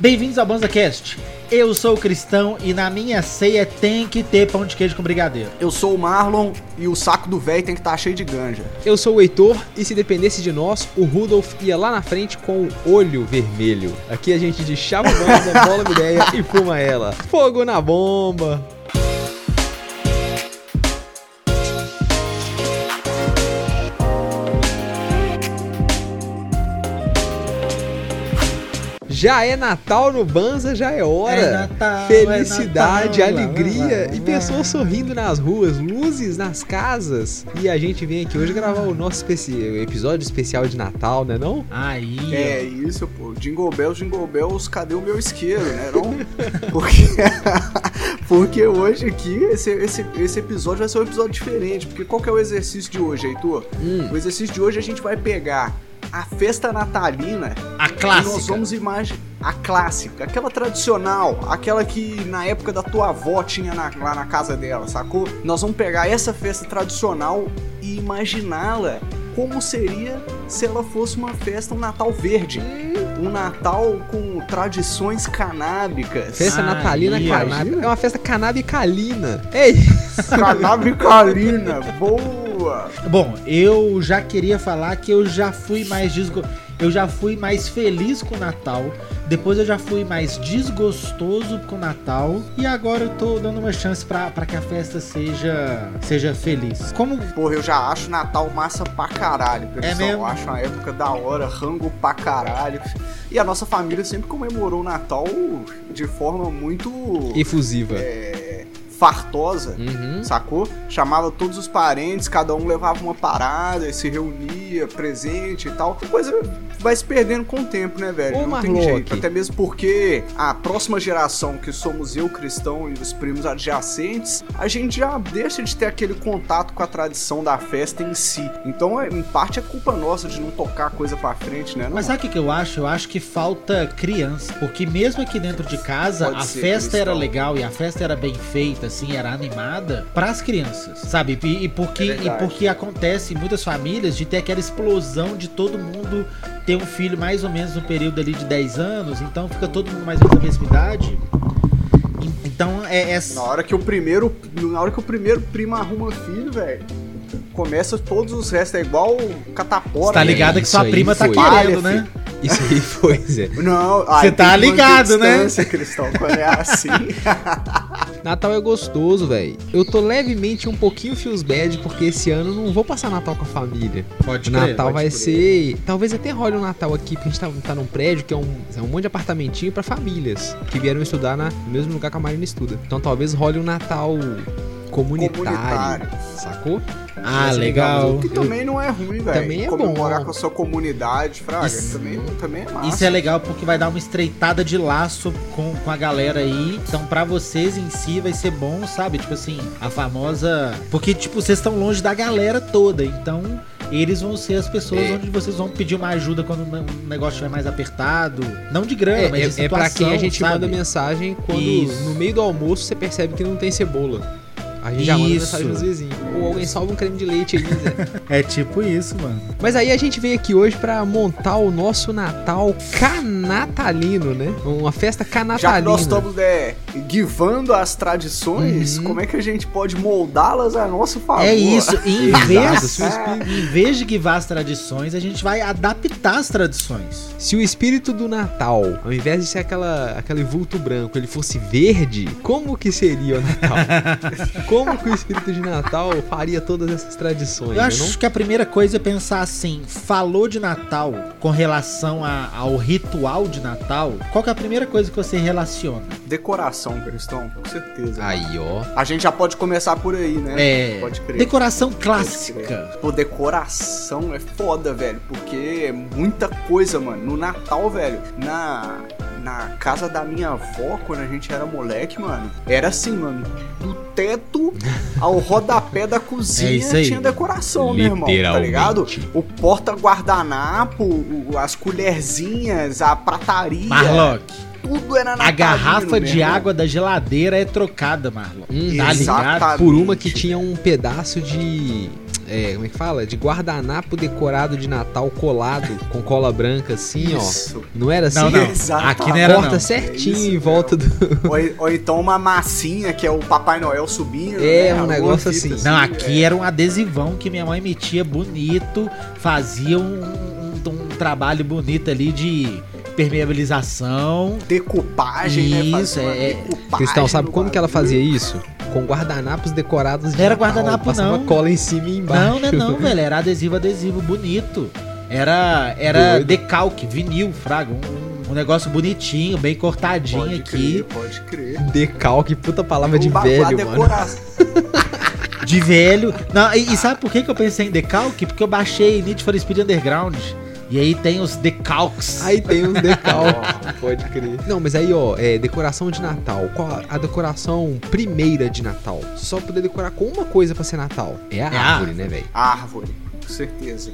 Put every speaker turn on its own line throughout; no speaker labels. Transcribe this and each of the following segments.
Bem-vindos ao Banza Cast. Eu sou cristão e na minha ceia tem que ter pão de queijo com brigadeiro.
Eu sou o Marlon e o saco do velho tem que estar cheio de ganja.
Eu sou o Heitor e se dependesse de nós, o Rudolf ia lá na frente com o olho vermelho. Aqui a gente de chama banda, bola uma ideia e fuma ela. Fogo na bomba. Já é Natal no Banza, já é hora.
É Natal,
Felicidade,
é Natal.
alegria
Lá, lá,
e
lá.
pessoas sorrindo nas ruas, luzes nas casas. E a gente vem aqui hoje gravar o nosso especi- episódio especial de Natal, né não?
Aí,
É isso, pô. Jingle bells, jingle bells, cadê o meu isqueiro, né? Não? Porque, porque hoje aqui, esse, esse, esse episódio vai ser um episódio diferente. Porque qual que é o exercício de hoje, Heitor?
Hum.
O exercício de hoje é a gente vai pegar a festa natalina
ó, a
E nós
clássica.
vamos imaginar a clássica, aquela tradicional, aquela que na época da tua avó tinha na- lá na casa dela, sacou? Nós vamos pegar essa festa tradicional e imaginá-la como seria se ela fosse uma festa, um Natal verde. Um Natal com tradições canábicas.
Festa
Aí,
natalina
ó.
canábica. É uma festa canabicalina. Ei!
Canabicalina, boa!
Bom, eu já queria falar que eu já fui mais desgo... eu já fui mais feliz com o Natal, depois eu já fui mais desgostoso com o Natal e agora eu tô dando uma chance pra pra que a festa seja seja feliz. Como
Porra, eu já acho Natal massa pra caralho, pessoal.
É mesmo?
Eu acho uma época da hora, rango pra caralho. E a nossa família sempre comemorou o Natal de forma muito
Efusiva.
é, fartosa,
Uhum.
sacou? Chamava todos os parentes, cada um levava uma parada e se reunia, presente e tal. A coisa vai se perdendo com o tempo, né, velho?
Ô,
Não tem
Marlock.
jeito. Até mesmo porque a próxima geração, que somos eu, cristão, e os primos adjacentes, a gente já deixa de ter aquele contato com a tradição da festa em si. Então, é- em parte, é culpa nossa de não tocar a coisa pra frente, né? Não?
Mas sabe o que, que eu acho? Eu acho que falta criança. Porque mesmo aqui dentro de casa,
Pode
a
ser,
festa era
Cristão.
legal e a festa era bem feita, assim, era animada pras crianças, sabe? E, e porque,
É
e
verdade.
porque acontece em muitas famílias de ter aquela explosão de todo mundo ter um filho mais ou menos no período ali de 10 anos, então fica todo mundo mais ou menos da mesma idade. E- Então é
Na
essa.
hora que o primeiro, na hora que o primeiro primo arruma filho, velho, começa todos os restos é igual o catapora.
Tá
É,
né?
ligado que
isso
sua
aí
prima tá
foi.
querendo,
Palha,
né?
Isso aí foi, Zé.
Não,
Cê tá
ai, tem que manter
ligado, né?
distância, Cristão, quando é assim.
Natal é gostoso, velho. Eu tô levemente um pouquinho feels bad porque esse ano eu não vou passar Natal com a família.
Pode
Natal
Natal
vai
crer.
ser. Talvez até role um Natal aqui, porque a gente tá, tá num prédio que é um, é um monte de apartamentinho pra famílias que vieram estudar na, no mesmo lugar que a Marina estuda. Então talvez role um Natal comunitário,
Comunitário.
sacou?
Ah,
Vai ser
legal.
mas
Que
eu-
também não é ruim, velho.
Também é
Comemorar
bom.
com a sua comunidade, Fraga,
Isso-
também, também é massa.
Isso é legal porque vai dar uma estreitada de laço com, com a galera aí. Então, pra vocês em si vai ser bom, sabe? Tipo assim, a famosa. Porque, tipo, vocês estão longe da galera toda. Então, eles vão ser as pessoas
É.
onde vocês vão pedir uma ajuda quando o negócio estiver mais apertado. Não de grana,
É,
mas de
é, é
situação,
pra quem a gente
sabe?
manda mensagem quando
Isso.
no meio do almoço você percebe que não tem cebola. A gente já manda
Isso.
mensagem pros vizinhos. Ou alguém salva um creme de leite aí, Zé.
É tipo isso, mano.
Mas aí a gente veio aqui hoje pra montar o nosso Natal canatalino, né? Uma festa
tá
Já que
canatalina.
nós estamos né, guivando as tradições,
Uhum.
como é que a gente pode moldá-las a nosso favor?
Ah,
é isso. E em
Exato,
vez,
se, o espí-
em vez de guivar as tradições, a gente vai adaptar as tradições.
se o espírito do Natal, ao invés de ser aquela, aquele vulto branco, ele fosse verde, como que seria o Natal? como que o espírito de Natal faria todas essas tradições,
Eu
né,
acho que a primeira coisa é pensar assim, falou de Natal com relação a- ao ritual de Natal, qual que é a primeira coisa que você relaciona?
Decoração, Cristão, com certeza.
não? Aí, ó.
A gente já pode começar por aí, né?
É,
Pode crer.
decoração clássica.
Pô, decoração é foda, velho, porque é muita coisa, mano. No Natal, velho, na, na casa da minha avó, quando a gente era moleque, mano, era assim, mano, do teto ao rodapé da cozinha
É isso aí.
tinha decoração, meu irmão, tá ligado? O porta-guardanapo, o- as colherzinhas, a prataria,
Marlock,
tudo era natalino,
a garrafa
meu
de
irmão.
água da geladeira é trocada, Marlock.
Hum,
tá ligado?
Exatamente,
Por uma que tinha um pedaço de. é, como é que fala? De guardanapo decorado de Natal colado com cola branca assim,
Isso.
ó. Não era assim?
Não, não.
Exato.
Aqui não era
Corta
não.
certinho
É isso
em volta do.
Ou, ou então uma massinha que é o Papai Noel subindo.
É,
né?
um
Alguma
negócio
fita né?
assim.
Não, aqui era um adesivão que minha mãe metia bonito, fazia um, um- um trabalho bonito ali de permeabilização.
Decupagem, né? Fazia
Isso,
uma
é.
decupagem
Cristão, sabe
do
como que ela
bagulho.
fazia isso? Com guardanapos decorados de
Não era
Natal.
guardanapo,
Passava
não.
cola em cima e embaixo.
Não, não, é não, velho. Era adesivo, adesivo, bonito. Era, era
Doido.
decalque, vinil, fraga. Um, um negócio bonitinho, bem cortadinho
Pode
aqui.
crer, pode crer.
Decalque, puta palavra de
O ba- a
velho, mano.
decoração.
De velho. Não, e, e sabe por que, que eu pensei em decalque? Porque eu baixei Need for Speed Underground. E aí tem os decalques.
Aí tem uns decalques, pode crer. Não, mas aí, ó, é decoração de Natal. Qual a- a decoração primeira de Natal? Só poder decorar com uma coisa pra ser Natal. É a
a
árvore, né, velho?
Árvore, com certeza.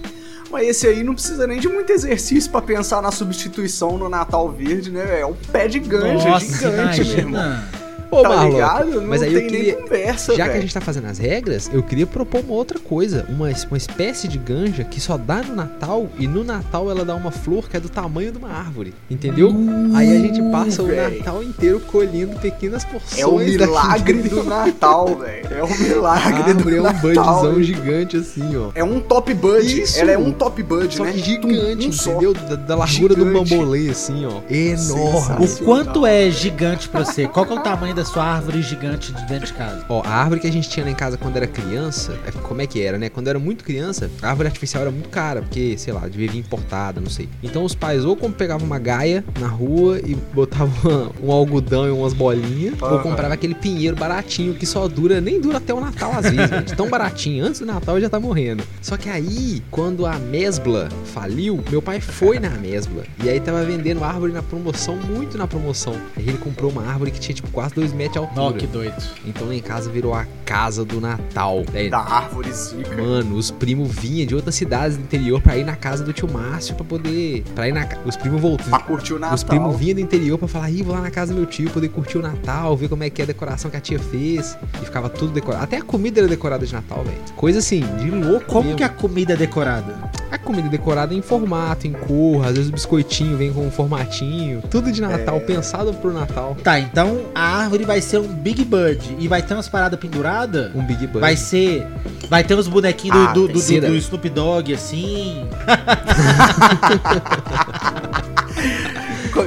Mas esse aí não precisa nem de muito exercício pra pensar na substituição no Natal Verde, né? É um pé de ganja gigante, meu irmão.
imagina.
Ô,
tá
Marlon,
ligado? Não
mas aí eu
tem
queria-
nem conversa,
já
velho.
que a gente tá fazendo as regras, eu queria propor uma outra coisa. Uma, uma espécie de ganja que só dá no Natal e no Natal ela dá uma flor que é do tamanho de uma árvore. Entendeu? Aí a gente passa o
véi.
Natal inteiro colhendo pequenas porções.
É o
um
milagre
daquilo.
do Natal, velho. É o
A
milagre do
árvore é um
Natal.
budzão gigante assim, ó.
É um top bud.
Isso.
Ela é um top bud,
Só
né?
que gigante,
Um só.
entendeu? Da, da largura do
Gigante.
bambolê, assim, ó. Enorme.
Sensacional.
O quanto é gigante pra você? Qual que é o tamanho da sua árvore gigante de dentro de casa?
Ó, a árvore que a gente tinha lá em casa quando era criança, é, como é que era, né? Quando eu era muito criança, a árvore artificial era muito cara, porque, sei lá, devia vir importada, não sei. Então os pais ou como pegavam uma gaia na rua e botavam um algodão e umas bolinhas, ou
Aham.
comprava aquele pinheiro baratinho que só dura, nem dura até o Natal às vezes, velho. De Tão baratinho, antes do Natal já tá morrendo. Só que aí, quando a Mesbla faliu, meu pai foi na Mesbla. E aí tava vendendo árvore na promoção, muito na promoção. Aí ele comprou uma árvore que tinha tipo quase dois metros de altura.
Nó, que doido.
Então lá em casa virou a casa do Natal. Daí,
Da árvore zica.
Mano, os primos vinham de outras cidades do interior pra ir na casa do tio Márcio pra poder. Pra ir na ca- Os primos
Pra
voltaram.
curtir o
Os primos
Natal.
vinham do interior pra falar, ih, vou lá na casa do meu tio poder curtir o Natal, ver como é que é a decoração que a tia fez. E ficava tudo decorado. Até a comida era decorada de Natal, velho. Coisa assim, de louco.
Como
mesmo.
que a comida é decorada?
A comida é decorada em formato, em cor, às vezes o biscoitinho vem com um formatinho. Tudo de Natal, pensado pro Natal.
Tá, então a árvore vai ser um Big Bird e vai ter umas paradas penduradas?
Um Big Bang.
Vai ser. Vai ter uns bonequinhos do-
Ah,
do,
tem
do-
cera.
do Snoop Dogg, assim.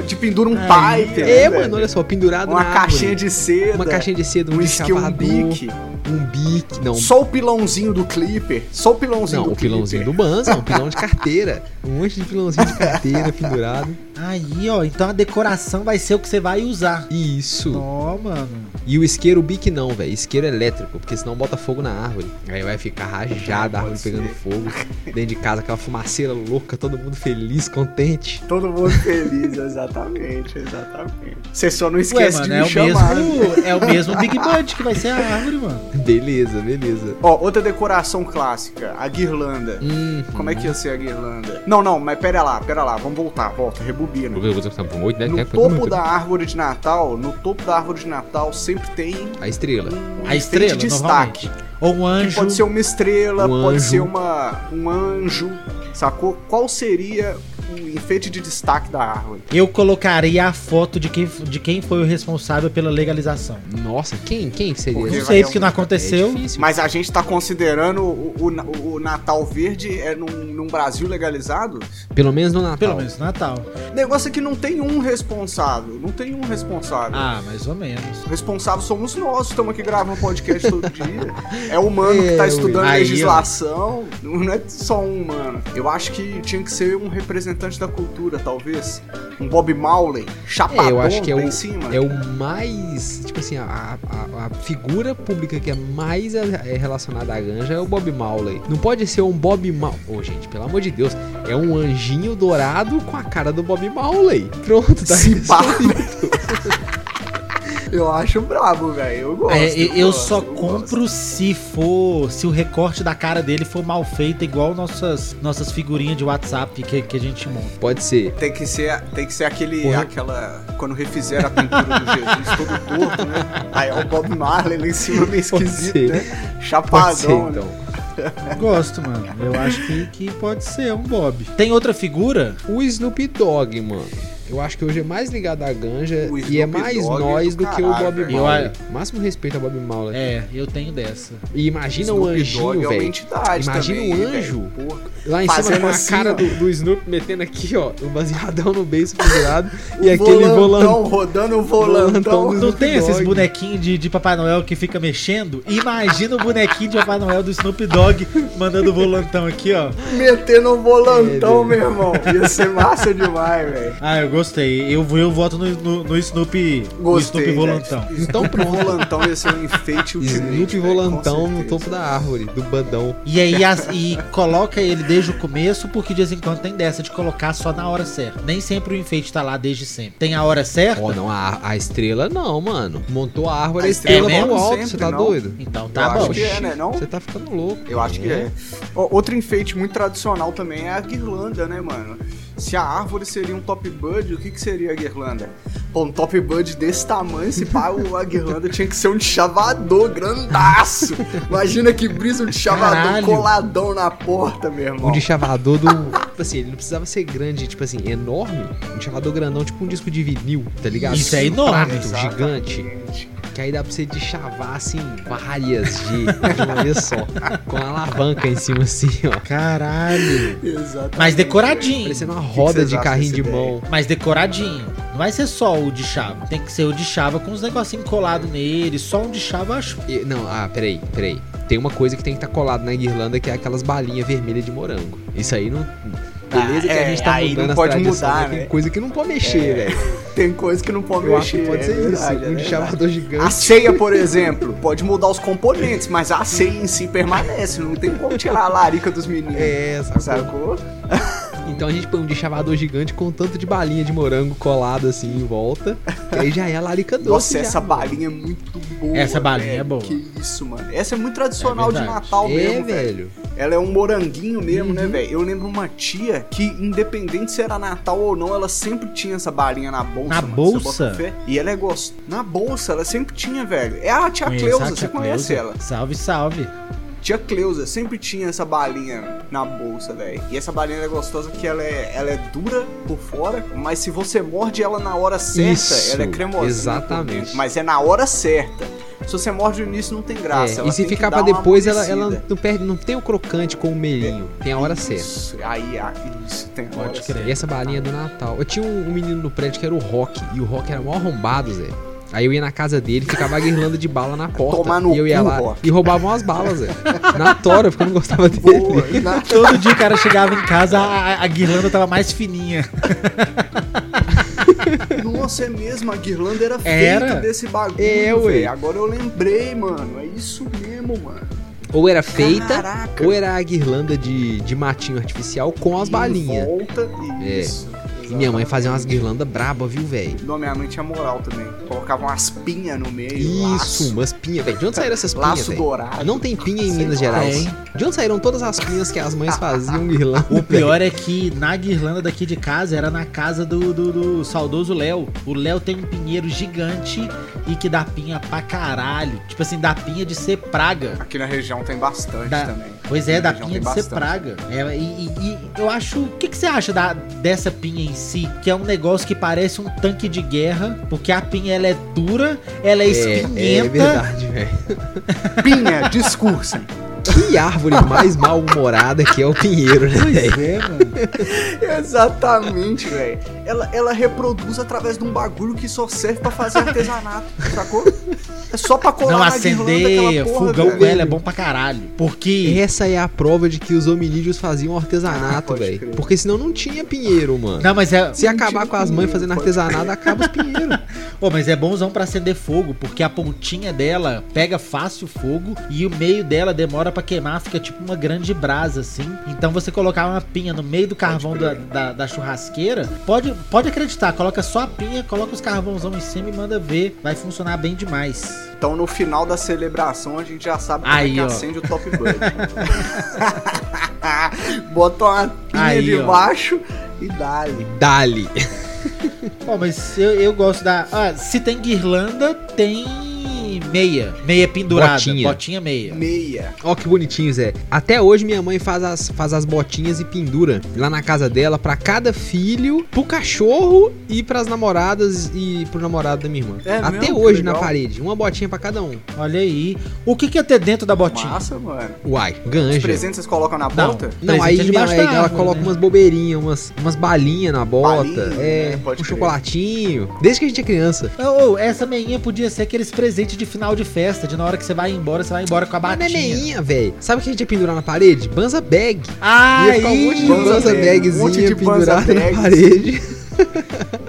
De pendura um
Aí.
pai.
É, mano, olha só, pendurado
Uma
na
caixinha
árvore.
de seda.
Uma caixinha de cedo, um,
um skill um
chapador,
bique.
um bique, não,
Só um o pilãozinho do Clipper. Só o pilãozinho
não,
do
o pilãozinho do Banza, um pilão de carteira, um monte de pilãozinho de carteira pendurado.
Aí, ó. Então a decoração vai ser o que você vai usar.
Isso.
Ó, mano.
E o isqueiro, o bique não, velho, isqueiro elétrico, porque senão bota fogo na árvore. Aí vai ficar rajada a
Pode
árvore
ser.
pegando fogo. Dentro de casa aquela fumaceira louca, todo mundo feliz, contente.
Todo mundo feliz, exatamente, exatamente. Você só não
Ué,
esquece
mano,
de
é
me
o,
chamar. né?
mesmo, é o mesmo Big Bird que vai ser a árvore, mano.
Beleza, beleza.
Ó, outra decoração clássica, a guirlanda.
Hum.
Como é que ia ser a guirlanda? Não, não, mas pera lá, pera lá, vamos voltar, volta, rebobina.
é
né?
No topo da árvore de Natal, no topo da árvore de Natal sempre tem
A estrela.
um
A estrela,
enfeite de
normalmente.
destaque.
Ou um
Que
anjo.
pode ser uma estrela,
Um
pode
anjo.
ser uma, um anjo, sacou? Qual seria o enfeite de destaque da árvore?
Eu colocaria a foto de quem, de quem foi o responsável pela legalização.
Nossa, quem, quem seria?
Porque um
Não
esse?
sei, porque não
É
aconteceu.
difícil.
Mas a gente tá considerando o, o- o Natal Verde é num, num Brasil legalizado?
Pelo menos no Natal.
Pelo menos no Natal.
O negócio é que não tem um responsável, não tem um responsável.
Ah, mais ou menos.
O responsável somos nós, estamos aqui gravando um podcast todo dia. É o humano que tá
É,
estudando
Will. Aí, ó.
legislação, não é só um humano. Eu acho que tinha que ser um representante da cultura, talvez. Um Bob Marley, chapadão
É, eu acho que é
lá em
o,
cima.
é o mais. Tipo assim, a, a- a- a figura pública que é mais a- é relacionada à ganja é o Bob Marley. Não pode ser um Bob Marley. Ô, gente, pelo amor de Deus. É um anjinho dourado com a cara do Bob Marley. Pronto, tá
Se pá, né?
resolvido.
Eu acho brabo, velho. Eu gosto.
É, eu, eu
gosto,
só
eu
compro se for. Se o recorte da cara dele for mal feito, igual nossas, nossas figurinhas de WhatsApp que, que a gente monta.
Pode ser.
Tem que ser, tem que ser aquele,
Porra.
aquela, quando refizeram a pintura do Jesus todo torto, né? Aí é o Bob Marley lá em cima meio
Pode
esquisito,
ser.
né?
Pode ser,
Chapadão, né?
então.
Gosto, mano. Eu acho que, que pode ser um Bob. Tem outra figura?
O Snoop Dogg, mano. Eu acho que hoje é mais ligado à ganja
O
e é
Snoop
mais
Dogg
nós do
do
que o
caralho,
Bob
velho.
Marley. Máximo respeito ao Bob Marley.
É, eu tenho dessa.
E imagina o anjinho,
Dogg é uma
velho.
entidade
Imagina
também,
um
velho.
anjo.
Porra.
Lá em cima
fazendo
com a
assim,
cara
ó.
do, do Snoop metendo aqui, ó. O baseadão no beijo pendurado. e
O
aquele volantão.
rodando o
Volantão
volantão.
do-
Não
Snoop
tem esses
Dogg.
bonequinhos de, de Papai Noel que fica mexendo? Imagina o bonequinho de Papai Noel do Snoop Dogg mandando o volantão aqui, ó.
Metendo um volantão,
É,
meu irmão. Ia ser massa demais, velho.
Ah, eu gostei. Eu, eu voto no, no, no Snoop, no
Gostei. né?
Snoop
velho.
Volantão.
Então pronto.
Volantão ia ser um enfeite
Snoop volantão no topo da árvore, do bandão.
E aí as- e coloca ele desde o começo, porque de vez em quando tem dessa de colocar só na hora certa. Nem sempre o enfeite tá lá desde sempre. Tem a hora certa?
Ó, não, a, a estrela não, mano. Montou a árvore, a
A
estrela
estrela
pro
mesmo?
alto,
Sempre
você tá
não.
doido?
Então
Eu
tá
acho
bom.
que é, né, não?
Você tá ficando louco.
Eu acho que é. Ó, Outro enfeite muito tradicional também é a guirlanda, né, mano? Se a árvore seria um top bud, o que, que seria a guirlanda? Pô, um top bud desse tamanho, se pá, o- a guirlanda tinha que ser um chavador grandaço. Imagina que brisa um chavador
Caralho.
coladão na porta, meu
Um
irmão.
deschavador do. Tipo assim, ele não precisava ser grande, tipo assim, enorme. Um deschavador grandão, tipo um disco de vinil, tá ligado?
Isso é enorme.
Prato, gigante.
Exatamente.
Que aí dá pra você deschavar, assim, várias de, de uma vez só. Com a alavanca em cima, assim, ó.
Caralho.
Exatamente.
Mas decoradinho.
Parecendo uma
que
roda
vocês
de
acham
carrinho de
dessa ideia?
mão.
Mas decoradinho. Não vai ser só o de chava. Tem que ser o de chava com os negocinhos colados nele. Só um de chava acho.
E- não, ah, peraí, peraí. Tem uma coisa que tem que estar colado na guirlanda, que é aquelas balinhas vermelhas de morango. Isso aí não. Beleza que a
é,
gente tá
aí
mudando
não
as
pode
tradições,
mudar,
mas tem
né?
coisa que não pode mexer, velho.
Tem coisa que não pode
Eu acho
mexer.
que pode
é
ser
verdade,
isso.
é
um
verdade.
deschavador
A
gigante.
ceia, por exemplo, pode mudar os componentes, mas a ceia em si permanece. Não tem como tirar a larica dos meninos.
É,
Sacou?
sacou? Então a gente põe um deschavador gigante com tanto de balinha de morango colado assim em volta. Que aí já é a larica doce.
Nossa,
já,
essa
mano.
balinha é muito boa.
Essa balinha
velho.
é boa.
Que isso, mano. Essa é muito tradicional
É
de
verdade.
Natal
É,
mesmo, velho.
velho.
Ela é um moranguinho mesmo, né,
Uhum.
velho? Eu lembro uma tia que, independente se era Natal ou não, ela sempre tinha essa balinha na bolsa.
Na
mano.
bolsa?
Você bota fé? E ela é gosto. Na bolsa, ela sempre tinha, velho. É a tia
Conhece
Cleusa,
a
você
tia
conhece
Cleusa?
ela.
Ah, Salve, salve.
Tia Cleusa sempre tinha essa balinha na bolsa, velho. E essa balinha é gostosa que ela é, ela é dura por fora, mas se você morde ela na hora certa,
Isso,
ela é cremosa.
exatamente.
Mas é na hora certa. Se você morde no início, não tem graça.
É,
ela
e se
tem que
ficar
dar
pra
uma
depois, ela,
amolecida.
ela não perde, não tem o crocante com o melinho. Tem a hora certa.
É. Isso, aí, ah, isso, tem
Pode
hora
crer.
certa.
E essa balinha é do Natal. Eu tinha um, um menino no prédio que era o Rock, e o Rock era mó arrombado, Zé. Aí eu ia na casa dele, ficava a guirlanda de bala na porta.
Tomar no
e eu ia
cu,
lá
Rock.
e roubava umas balas, Zé. Na tora, porque eu não gostava dele.
Boa, e na-
Todo dia o cara chegava em casa, a, a guirlanda tava mais fininha.
Nossa, é mesmo, a guirlanda era, feita
Era?
desse bagulho,
É, ué.
velho. Agora eu lembrei, mano. É isso mesmo, mano.
Ou era feita,
Caraca.
ou era a guirlanda de, de matinho artificial com as
Em
balinhas.
Volta,
É.
isso.
E minha mãe
exatamente.
fazia umas guirlandas braba, viu, velho?
Não, minha mãe tinha moral também. Colocava umas pinhas no meio.
Isso,
laço,
umas pinhas, velho. De onde saíram essas pinhas,
laço
velho?
dourado.
Não tem pinha em
Sei
Minas
lá,
Gerais.
hein?
De onde saíram todas as pinhas que as mães faziam guirlanda?
O
velho?
pior é que na guirlanda daqui de casa era na casa do, do- do saudoso Léo. O Léo tem um pinheiro gigante e que dá pinha pra caralho. Tipo assim, dá pinha de ser praga.
Aqui na região tem bastante
Da-
também.
Pois é,
Aqui na
da
região
pinha
tem
de ser
bastante.
praga. É, e, e- e eu acho. O que, que você acha da, dessa pinha em si? Que é um negócio que parece um tanque de guerra, porque a pinha ela é dura, ela é,
É, é
espinhenta.
verdade, velho.
Pinha, discursem.
Que árvore mais mal-humorada que é o pinheiro, né, velho?
é, mano.
Exatamente, velho. Ela, ela reproduz através de um bagulho que só serve pra fazer artesanato, sacou? É só pra colar
Não
na guirlanda
acender,
aquela porra,
fogão
velho.
com ela é bom pra caralho. Porque.
Essa é a prova de que os hominídeos faziam
Ah,
artesanato,
pode
velho.
crer.
Porque senão não tinha pinheiro, mano.
Não, mas é.
Se acabar com as mães fazendo
Pode
artesanato, acaba os pinheiros.
Pô, mas é bonzão pra acender fogo, porque a pontinha dela pega fácil fogo e o meio dela demora pra queimar, fica tipo uma grande brasa, assim. Então você colocar uma pinha no meio do carvão da, da- da churrasqueira, pode, pode acreditar, coloca só a pinha, coloca os carvãozão em cima e manda ver. Vai funcionar bem demais.
Então no final da celebração a gente já sabe como
Aí,
é que
ó.
acende o Top Bud. Bota uma pinha
Aí,
de
ó.
baixo e dá-lhe.
Dali.
Pô, mas eu, eu gosto da. Ah, se tem guirlanda, tem Meia. Meia pendurada.
Botinha.
Botinha, meia.
Meia.
Ó que bonitinho, Zé. Até hoje minha mãe faz as, faz as botinhas e pendura lá na casa dela pra cada filho, pro cachorro e pras namoradas e pro namorado da minha irmã.
É
Até
mesmo? Que
hoje na
legal.
parede, uma botinha pra cada um.
Olha aí. O que que ia ter dentro da botinha?
Massa, mano.
Uai,
Os
ganja.
presentes vocês colocam na
Não.
bota?
Não,
Presente
aí,
é
minha,
debaixo
aí
da
ela
árvore,
coloca
né?
umas bobeirinhas, umas, umas balinhas na bota,
Balinha,
é,
né? Pode
um
crer.
chocolatinho. Desde que a gente é criança.
Ô, ô, essa meinha podia ser aqueles presentes de final de festa, de na hora que você vai embora, você vai embora com a
Mas não é
batinha.
meinha, velho. Sabe o que a gente ia pendurar na parede? Banza bag.
Ah,
Ia ficar um monte de
Banza
banza
bag, um monte
bagzinha
de banza
pendurada na
bags.
parede.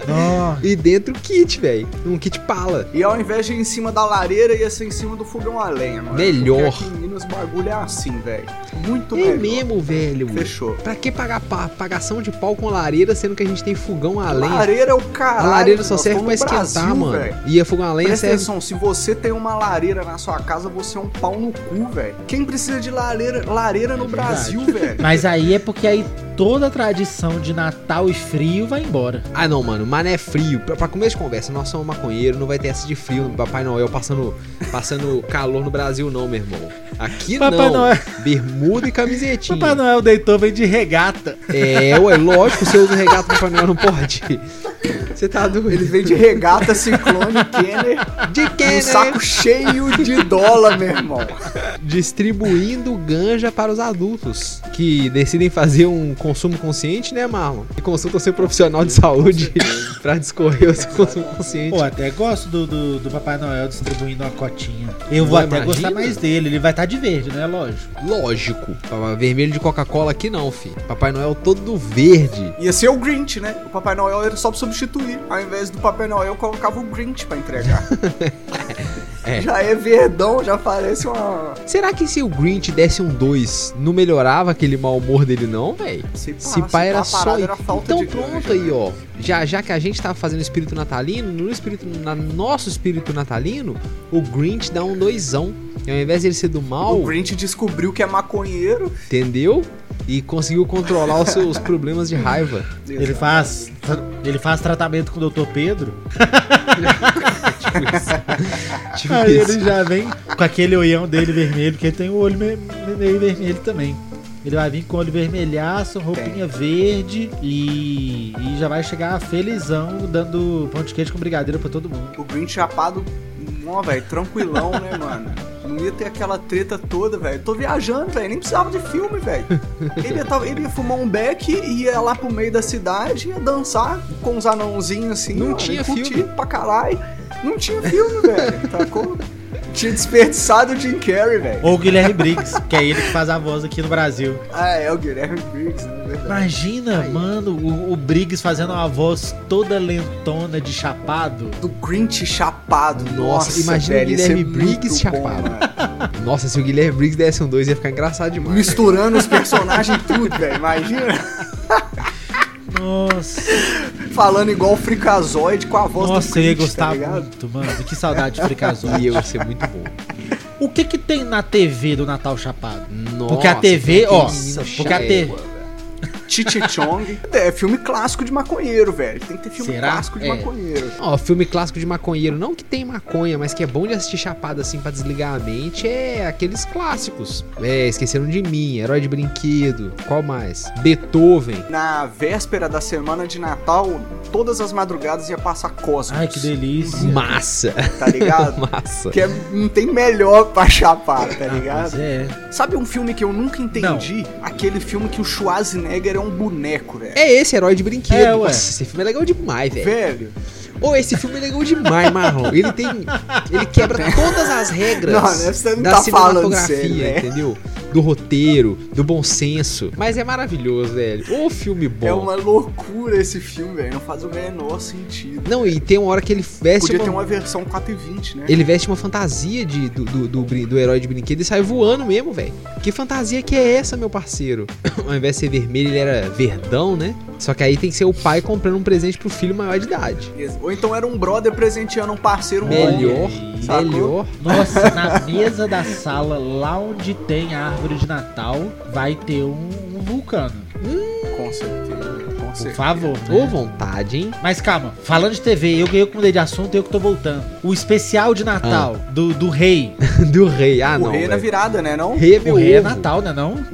Ó,
E dentro o kit, velho. Um kit pala.
E ao invés de ir em cima da lareira, ia ser em cima do fogão a lenha, mano.
Melhor.
Porque aqui em Minas o bagulho é assim, velho. Muito
é
melhor.
mesmo, velho.
Fechou.
Pra que pagar pa- pagação de pau com lareira, sendo que a gente tem fogão a lenha?
Lareira é o caralho.
a lareira só
nós
serve pra
estamos no
esquentar,
Brasil,
mano.
velho.
E a fogão a lenha
Presta
serve...
atenção, se você tem uma lareira na sua casa, você é um pau no cu, velho. Quem precisa de lareira, lareira no
É verdade.
Brasil, velho?
Mas aí é porque aí toda a tradição de Natal e frio vai embora.
Ah, não, mano. Mané é frio. Pra, pra começo de conversa, nós somos maconheiros, não vai ter essa de frio. Papai Noel passando, passando calor no Brasil, não, meu irmão. Aqui
Papai
não.
Noel.
Bermuda e camisetinha.
Papai Noel deitou vem de regata.
É, ué, lógico, você usa regata Papai Noel, não pode. Você tá doido.
Ele vem de regata, ciclone, Kenner,
De
um
quem,
saco cheio de dólar, meu irmão.
distribuindo ganja para os adultos que decidem fazer um consumo consciente, né, Marlon? E consultam seu profissional de saúde para discorrer o seu consumo consciente.
Pô, até gosto do, do, do Papai Noel distribuindo uma cotinha. Eu
Não,
vou até
imagina.
gostar mais dele, ele vai estar de verde, né? Lógico.
Lógico. Papai- Vermelho de Coca-Cola aqui não, fi. Papai Noel todo verde.
Ia ser o Grinch, né? O Papai Noel era só pra substituir. Ao invés do Papai Noel, colocava o Grinch pra entregar.
É.
Já é verdão, já parece uma.
Será que se o Grinch desse um 2, não melhorava aquele mau humor dele não, velho?
Se
Se pai era
a parada
só.
era falta
então
de
pronto
grana,
aí, ó. Já, já que a gente tá fazendo espírito natalino, no espírito na nosso espírito natalino, o Grinch dá um doisão. E ao invés de ele ser do mal,
O Grinch descobriu que é maconheiro.
entendeu? E conseguiu controlar os seus problemas de raiva.
Ele faz, ele faz tratamento com o Dr. Pedro.
Tipo isso. Tipo
Aí
isso.
ele já vem com aquele olhão dele vermelho, porque ele tem o olho me- me- meio vermelho também. Ele vai vir com olho vermelhaço, roupinha verde e, e já vai chegar felizão dando pão de queijo com brigadeiro pra todo mundo.
O Grinch chapado, ó, velho, tranquilão, né, mano? Não ia ter aquela treta toda, velho. Tô viajando, velho. Nem precisava de filme, velho. Ele, ia tá- ele ia fumar um beck, ia lá pro meio da cidade, ia dançar com os anãozinhos assim.
Não
mano,
tinha
e curtir
filme.
pra caralho. Não tinha filme, velho. Tacou? Tinha desperdiçado o Jim Carrey, velho.
Ou o Guilherme Briggs, que é ele que faz a voz aqui no Brasil.
Ah, é o Guilherme Briggs, né? Verdade.
Imagina,
Aí.
mano, o, o Briggs fazendo uma voz toda lentona de chapado.
Do Grinch chapado.
Nossa,
Nossa,
imagina o
velho, ia ser
Guilherme Briggs
muito
chapado.
mano.
Nossa, se o Guilherme Briggs desse um 2, ia ficar engraçado demais.
Misturando os personagens tudo, velho. Imagina.
Nossa,
Falando igual o Fricazoide com a voz do
nossa eu
Grinch,
ia gostar
tá ligado?
muito, mano. Que saudade de
E
Fricazone.
eu ia ser muito bom.
o que que tem na TV do Natal Chapado?
Nossa,
Porque a TV, ó,
menino
porque a
chato.
TV,
Chichi Chong. É filme clássico de maconheiro, velho. Tem que ter filme
Será?
clássico de
É.
maconheiro.
Ó, filme clássico de maconheiro, não que tem maconha, mas que é bom de assistir chapado assim pra desligar a mente, é aqueles clássicos. É, esqueceram de mim, herói de brinquedo, qual mais? Beethoven.
Na véspera da semana de Natal, todas as madrugadas ia passar Cosmos.
ai que delícia.
Massa,
Tá ligado?
massa.
que é- não tem melhor pra chapar, tá
Mas
ligado?
é.
Sabe um filme que eu nunca entendi? Aquele filme que o Schwarzenegger é um boneco, velho.
É esse herói de brinquedo.
É, ué.
Nossa, esse filme é legal demais, velho.
Velho,
Ô, esse filme é legal demais, Marlon. Ele tem. Ele quebra todas as regras
Não, né, você não
da
tá falando
cinematografia,
sério, né?
entendeu? Do roteiro, do bom senso. Mas é maravilhoso, velho. Ô filme bom.
é uma loucura esse filme, velho. Não faz o menor sentido.
Não, e tem uma hora que ele veste
Podia
uma...
ter um uma versão 4,20, né?
Ele veste uma fantasia de, do, do, do brin- do herói de brinquedo e sai voando mesmo, velho. Que fantasia que é essa, meu parceiro? Ao invés de ser vermelho, ele era verdão, né? Só que aí tem que ser o pai comprando um presente pro filho maior de idade.
Beleza. Ou então era um brother presenteando um parceiro um
Melhor,
aí,
sacou?
melhor.
Nossa, na mesa da sala, lá onde tem a árvore de Natal, vai ter um, um vulcano.
homem. Com certeza. com com
Por
certeza.
favor.
Ô
É.
né?
vontade, hein?
Mas calma, falando de TV, eu que eu que mudei de assunto, eu que tô voltando. O especial de Natal do, do rei.
Do rei. Ah,
o
não.
rei na
velho.
virada, né? Não?
Rei é
O
meu
rei é
ovo.
Natal, né não?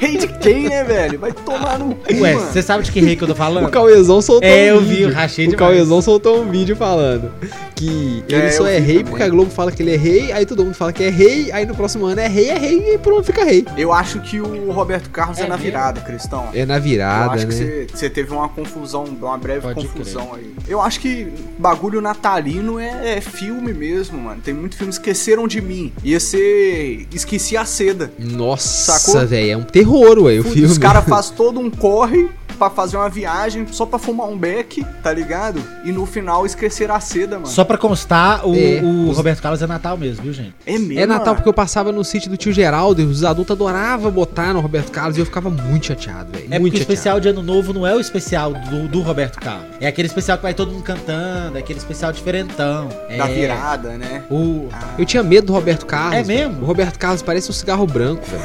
rei de quem, né, velho? Vai tomar no cu,
Ué,
mano.
você sabe de que rei que eu tô falando?
O Cauezão soltou
É, eu
um
vi,
vídeo.
eu rachei
O
demais.
Cauezão soltou um vídeo falando que ele
É,
só
eu
é
vi
rei
também.
porque a Globo fala que ele é rei, aí todo mundo fala que é rei, aí no próximo ano é rei, é rei e pronto, fica rei.
Eu acho que o Roberto Carlos é,
É
na
mesmo?
virada, Cristão.
É na
Eu
virada,
acho que
né?
você- você teve uma confusão, uma breve
Pode
confusão aí. Eu acho que bagulho natalino é, é filme mesmo, mano. Tem muito filme. Esqueceram de mim. Ia ser Esqueci a Seda.
Nossa,
Sacou?
velho, é um terror, ué, o
Fu-
filme.
Os caras fazem todo um corre pra fazer uma viagem só pra fumar um beck, tá ligado? E no final esquecer a seda, mano.
Só pra constar, o,
É.
o Roberto Carlos é Natal mesmo, viu, gente?
É mesmo.
É Natal
mano?
porque eu passava no sítio do tio Geraldo e os adultos adoravam botar no Roberto Carlos e eu ficava muito chateado, velho.
É
muito
porque o
chateado.
especial de Ano Novo não é o especial do, do Roberto Carlos. É aquele especial que vai todo mundo cantando, é aquele especial diferentão. É,
Da virada, né?
O,
Ah,
Eu tinha medo do Roberto Carlos.
É mesmo?
O Roberto Carlos parece um cigarro branco, velho.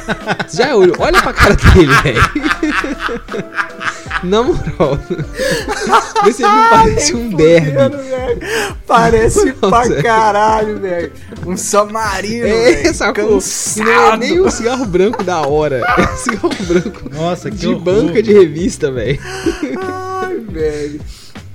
Você Já olhou? Olha pra cara dele, velho. Na moral. Vê se ele não parece um derby.
Fudendo, velho. Parece
Nossa.
pra caralho, velho. Um samarino,
É,
velho.
sacou? E
Cansado.
Não é nem o cigarro branco da hora. É o cigarro branco
nossa, que
de
horror.
banca de revista, velho.
Ai, velho.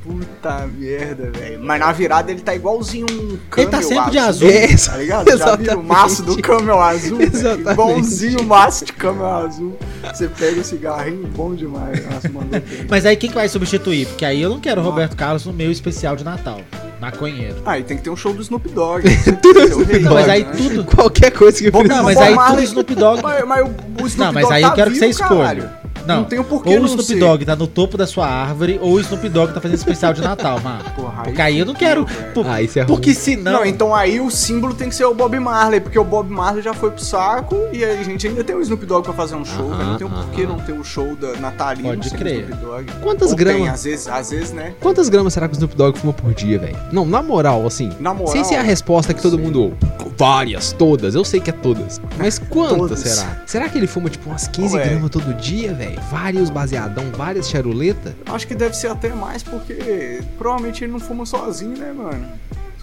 Puta merda, velho. Mas na virada ele tá igualzinho um camel
Ele tá sempre de azul.
É,
Tá ligado? Já viram o maço do camel azul? velho?
Exatamente.
Igualzinho o maço de camel azul. Você pega o cigarrinho, bom demais. Nossa, mandou bem.
Mas aí quem que vai substituir? Porque aí eu não quero o
Nossa.
Roberto Carlos no meu especial de Natal. Maconheiro.
Ah, e tem que ter um show do Snoop Dogg.
é
Snoop
Não, mas aí
né?
tudo.
Qualquer coisa que
Bom,
Não, mas
Bob
aí tudo
Marley.
Snoop Dogg.
Mas, mas o, o Snoop
Não, mas
Dogg
aí
tá
eu quero que
vivo,
você escolha.
caralho. Não,
Não.
tem o porquê
Ou o
não
Snoop
ser.
Dogg tá no topo da sua árvore, ou o Snoop Dogg tá fazendo especial de Natal, mano.
Porra,
Porque aí eu não quero.
velho.
por-
Ah, isso é ruim.
porque senão.
Não. então aí o símbolo tem que ser o Bob Marley, porque o Bob Marley já foi pro saco e aí a gente ainda tem o Snoop Dogg pra fazer um show,
Aham,
velho. não tem
aham.
por que não ter o show da Natalino
Pode
sem
crer.
o Snoop Dogg.
Quantas
Ou Tem,
gramas?
às vezes, às vezes, né?
Quantas gramas será que o Snoop Dogg fuma por dia, velho? Não, na moral, assim.
Na moral.
Sem ser a resposta que todo
Sim.
mundo ouve. Várias, todas, eu sei que é todas. Mas quantas
Todas.
será? Será que ele fuma tipo umas 15
Ué.
gramas todo dia, velho? Vários baseadão, várias charuleta?
Acho que deve ser até mais, porque provavelmente ele não fuma sozinho, né, mano?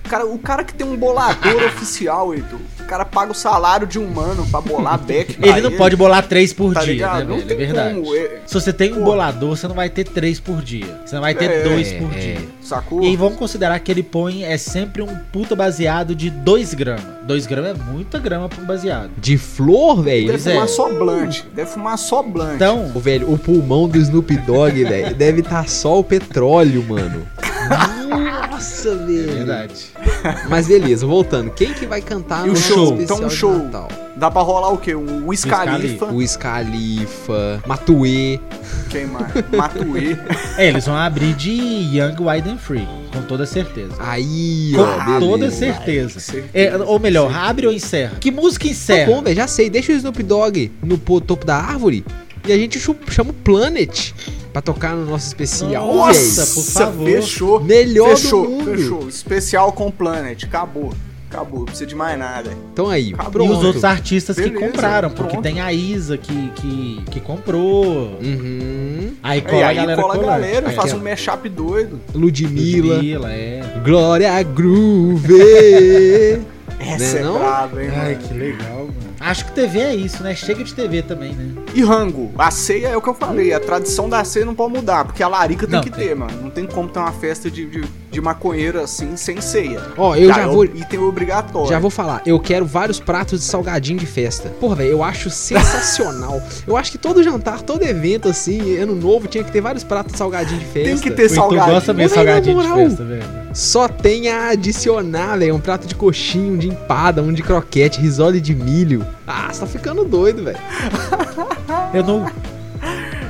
O cara, o cara que tem um bolador oficial, Heitor, o cara paga o salário de um mano pra bolar back. pra
Ele não pode bolar três por
é tá
dia,
ligado?
né,
não
velho? É
tem
verdade.
como, é,
Se você tem um
Pô.
bolador, você não vai ter três por dia. Você não vai ter
É,
dois
é,
por
é.
dia.
sacou?
E aí vamos considerar que ele põe é sempre um puta baseado de 2 gramas. 2 gramas é muita grama pra um baseado.
De flor, velho?
Deve
Pois é.
fumar só blunt, deve fumar só blunt.
Então,
Ô, velho, o pulmão do Snoop Dogg, velho, deve estar só o petróleo, mano. Nossa,
é
velho.
verdade.
Mas beleza, voltando. Quem que vai cantar
E o
no
show?
especial
Então,
de
show.
Natal?
Dá pra rolar o quê? Um
Wiz
Wiz Khalifa.
O Scalifa, Matuê.
Quem mais? Matuê.
É, eles vão abrir de Young, Wide and Free, com toda certeza.
Aí,
Com
ó. beleza.
toda certeza.
certeza.
É, ou melhor, abre ou encerra? Que música
Tá bom,
encerra?
velho, já sei. Deixa o Snoop Dogg no po- topo da árvore e a gente chu- chama o Planet pra tocar no nosso especial.
Nossa,
velho.
por favor.
Fechou.
Melhor
fechou,
do mundo.
fechou. Especial com Planet. Acabou. Acabou. Não precisa de mais nada.
Então aí,
Acabou.
E
pronto.
né? os outros artistas que
Beleza,
compraram, porque
pronto.
tem a Isa que, que, que comprou.
Uhum.
Aí
E
cola a
É, aí
galera.
cola a
colante.
galera,
É.
faz um mashup doido.
Ludmilla.
Ludmilla, é.
Glória Groove.
Essa é
Né, não?
brava, hein,
Ai,
mano.
que legal, mano. Acho que TV é isso, né? Chega de TV também, né?
E rango. A ceia é o que eu falei. A tradição da ceia não pode mudar, porque a larica tem
Não,
que
tem.
ter, mano. Não tem como ter uma festa de, de, de maconheiro assim, sem ceia.
Ó, eu
Tá,
já
é
vou.
um Item obrigatório.
Já vou falar, eu quero vários pratos de salgadinho de festa. Porra, velho, eu acho sensacional. eu acho que todo jantar, todo evento, assim, ano novo, tinha que ter vários pratos de salgadinho de festa.
Tem que
O
ter
Heitor
salgadinho.
Então gosta mesmo de
Mas, na
salgadinho de
moral,
festa, velho.
Só tem a adicionar, velho. Um prato de coxinha, um de empada, um de croquete, risole de milho. Ah, você tá ficando doido, velho.
Eu, não,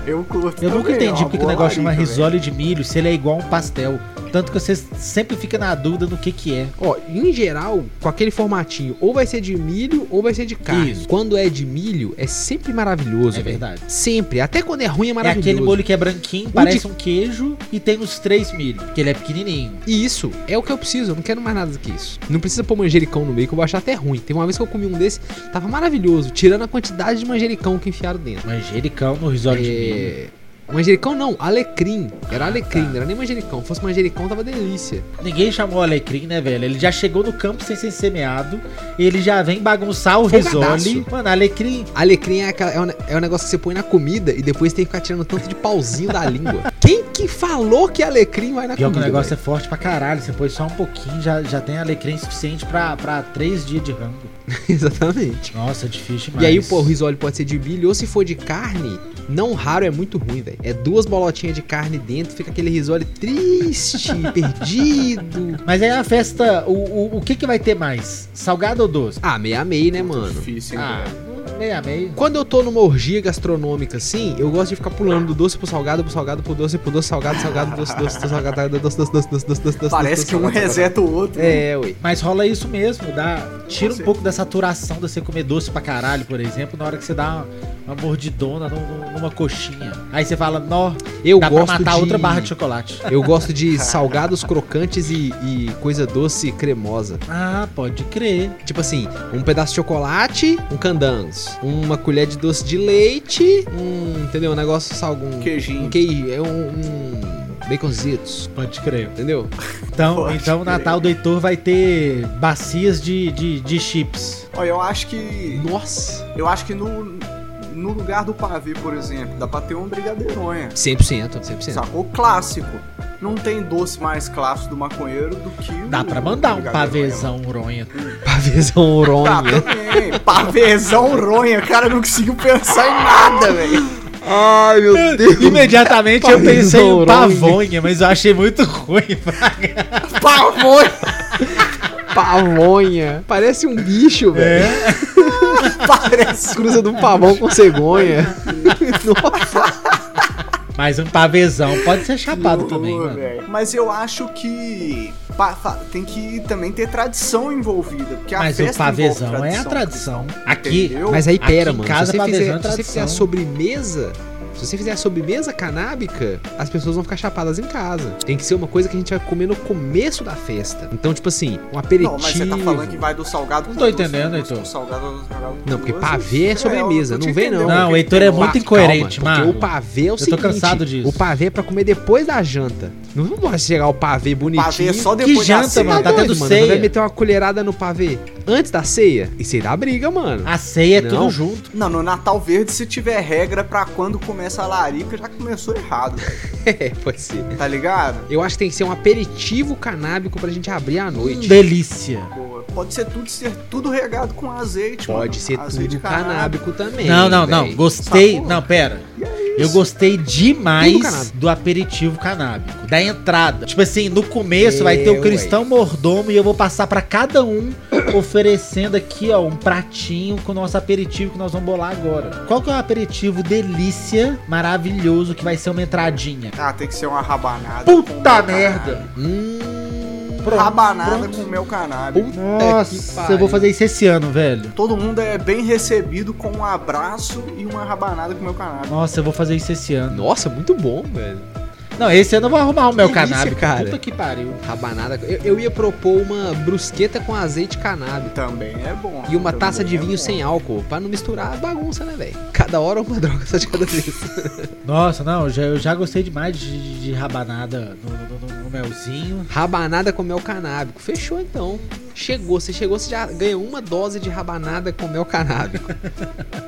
Eu curto.
eu nunca
também,
entendi
ó,
porque que o
boa
negócio chama
larica, velho.
risole de milho se ele é igual a um pastel. Tanto que você sempre fica na dúvida no que que é.
Ó, em geral, com aquele formatinho, ou vai ser de milho ou vai ser de carne.
Isso.
Quando é de milho, é sempre maravilhoso,
É
velho.
verdade.
Sempre. Até quando é ruim, é
É
maravilhoso.
aquele molho que é branquinho, parece um queijo e tem uns três milho, que ele é pequenininho.
E isso é o que eu preciso, eu não quero mais nada do que isso. Não precisa pôr manjericão no meio, que eu vou achar até ruim. Tem uma vez que eu comi um desse, tava maravilhoso, tirando a quantidade de manjericão que enfiaram dentro.
Manjericão no Um risole de milho.
É, Manjericão não, alecrim. Era
Tá.
alecrim, não era nem manjericão. Se fosse manjericão, tava delícia.
Ninguém chamou o Alecrim, né, velho? Ele já chegou no campo sem ser semeado. Ele já vem bagunçar o
Folgadaço.
Risole. Mano, Alecrim.
Alecrim é, aquela- é um, é um negócio que você põe na comida e depois tem que ficar tirando tanto de pauzinho da língua. Quem que falou que alecrim vai na
Pior que
comida?
o negócio é forte pra caralho. Você põe só um pouquinho, já, já tem Alecrim suficiente pra, pra três dias de rango.
velho? Exatamente.
Nossa, é difícil demais.
E aí, pô, o risole pode ser de milho ou se for de carne, não raro é muito ruim, velho. É duas bolotinhas de carne dentro, fica aquele risole triste, perdido.
Mas aí a festa, o, o, o que que vai ter mais? Salgado ou doce?
Ah, meia meia, né, mano?
Difícil, hein,
Ah,
velho?
meio a meio.
Quando eu tô numa orgia gastronômica assim, eu gosto de ficar pulando do doce pro salgado, pro salgado, pro doce, pro doce, salgado, salgado, doce, doce, doce, salgado, salgado, doce, doce, doce, doce, doce, doce, doce.
Parece que um né?
salgado, salgado.
reseta o outro.
É, ué.
Mas rola isso mesmo, dá, tira um
certeza.
pouco da saturação de você comer doce pra caralho, por exemplo, na hora que você dá uma, uma mordidona num- num- numa coxinha. Aí você fala, nó,
Eu
dá pra
gosto
matar
de...
outra barra de chocolate.
Eu gosto de salgados crocantes e, e coisa doce e cremosa.
Ah, pode crer.
Tipo assim, um pedaço de chocolate, um candangos, uma colher de doce de leite, um, entendeu? Um negócio salgado, um
né, Queijinho.
Uhum.
um queijo, é um, um baconzitos,
Pode crer.
entendeu?
Então,
Pode
então o
crer.
Natal do Heitor vai ter bacias de, de, de chips.
Olha, eu acho que.
Nossa,
Eu acho que no, no lugar do pavê, por exemplo, dá pra ter um brigadeironha.
100%, 100%.
Sacou? Clássico. Não tem doce mais clássico do maconheiro do que o.
Dá pra mandar um
brigadeironha,
pavezão ronha.
Pavezão
mano. Tá,
né?
Oronha.
também. Pavezão ronha. Cara, não conseguiu pensar em nada, velho.
Ai, meu
Imediatamente eu
Pavezão
pensei em um
Ronha.
pavonha, mas eu achei muito ruim.
Pavor!
Pavonha. Parece um
É.
bicho, velho.
Parece.
Cruza de um pavão com cegonha. Nossa.
Mas um pavezão pode ser chapado
Ô,
também, mano.
velho. Mas eu acho que pa- fa- tem que também ter tradição envolvida. Porque a
Mas o
festa envolve
pavezão é a tradição. Aqui,
Entendeu?
Mas aí
Aqui
pera,
em
mano.
casa,
se, você
pavezão é
fizer, se você
tradição.
fizer a sobremesa. Se você fizer a sobremesa canábica, as pessoas vão ficar chapadas em casa. Tem que ser uma coisa que a gente vai comer no começo da festa. Então, tipo assim, um aperitivo.
Não, mas você tá falando que vai do salgado
Não
pro
tô
doce,
entendendo,
do doce
Heitor.
pro salgado, do salgado pro
Não, porque
doce.
pavê é
eu
sobremesa,
tô
não
te
vem, não.
entendendo.
Não, o Heitor é muito
Pa-
incoerente,
calma,
mano.
Porque o pavê é o
tô
seguinte.
cansado disso.
O pavê é pra comer depois da janta. Não pode chegar o pavê bonitinho.
Pavê é só
Que
depois da
janta,
ceia.
mano, tá tendo
doido, Você
ceia.
vai meter uma colherada no pavê antes da ceia? Isso aí dá briga, mano.
A ceia é tudo
Não.
junto.
Não, no Natal Verde, se tiver regra pra quando começa a larica, já começou errado,
É, pode ser.
tá ligado?
Eu acho que tem que ser um aperitivo canábico pra gente abrir à noite.
Delícia.
Pô, Pode ser tudo, ser tudo regado com azeite,
Pode ser
Azeite
tudo canábico também.
não, não, não.
véi.
Gostei.
Sacou?
Não, pera.
E é
Eu
isso.
gostei
Tudo
demais
canábico.
do aperitivo canábico, da entrada. Tipo assim, no começo vai ter
É,
o cristão mordomo e eu vou passar pra cada um oferecendo aqui, ó, um pratinho com o nosso aperitivo que nós vamos bolar agora. Qual que é o aperitivo delícia, maravilhoso, que vai ser uma entradinha?
Ah, tem que ser uma rabanada. com
Puta
mel
merda!
Hum,
canábico. rabanada
pronto.
com mel canábico.
puta que
Nossa,
pariu.
eu vou fazer isso esse ano, velho.
Todo mundo é bem recebido com um abraço e uma rabanada com mel canábico.
Nossa, eu vou fazer isso esse ano.
Nossa, muito bom, velho.
Não, esse ano eu vou arrumar é o meu
Delícia,
canábico.
cara.
Puta que pariu.
Rabanada. Eu, eu ia propor uma brusqueta com azeite canábico.
Também é bom.
E uma
também
taça de
é
vinho
bom.
sem álcool, pra não misturar a bagunça, né, velho? Cada hora uma droga só de cada vez.
Nossa, não, eu já, eu já gostei demais de, de- de rabanada no, no- no- no melzinho.
rabanada com mel canábico. Fechou então. Chegou, você chegou, você já ganhou uma dose de rabanada com mel canábico.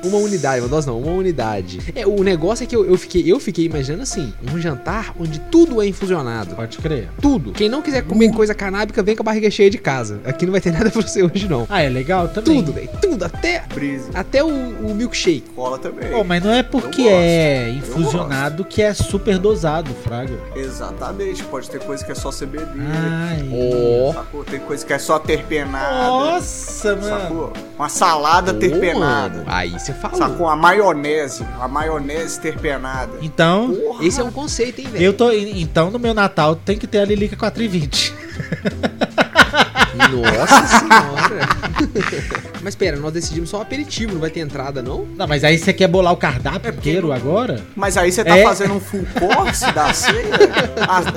uma unidade, uma dose não, uma unidade. É, o negócio é que eu, eu fiquei, eu fiquei imaginando assim, um jantar onde tudo é infusionado.
Pode crer.
Tudo. Quem não quiser comer coisa canábica, vem com a barriga cheia de casa. Aqui não vai ter nada pra você hoje, não.
Ah, é legal também.
Tudo, velho. Tudo. Até,
Brisa.
até o, o milkshake.
Cola também.
Pô, mas não é porque
Eu gosto,
é infusionado que é super dosado, Fraga.
Exatamente. Pode ter coisa que é só ser bebida.
Ai.
Ah, Ó.
Sacou? Tem coisa que é só terpenada.
Nossa, mano.
Sacou? Uma salada
Ô,
terpenada.
mano. Aí você falou.
Sacou? A maionese. A maionese terpenada.
Então,
Porra.
Esse é um conceito, hein, velho?
eu tô. Então, no meu Natal tem que ter a Lilica 420.
Nossa senhora! Mas pera, nós decidimos só o aperitivo, não vai ter entrada, não?
Não, mas aí você quer bolar o
É
cardápio inteiro agora?
Mas aí você tá
É.
fazendo um full course da ceia.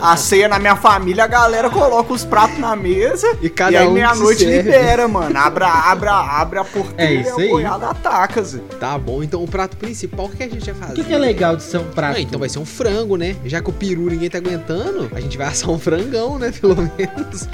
A, a ceia na minha família, a galera coloca os pratos na mesa.
E cada
e aí
um se
meia-noite
serve.
libera, mano. Abra, abra, abra a porteira
É
e
isso aí.
a boiada ataca, Zé.
Tá bom, então o prato principal, o que a gente vai fazer?
O que, que é legal de ser um
Ah,
prato?
então vai ser um frango, né? Já que o peru ninguém tá aguentando, a gente vai assar um frangão, né? Pelo menos.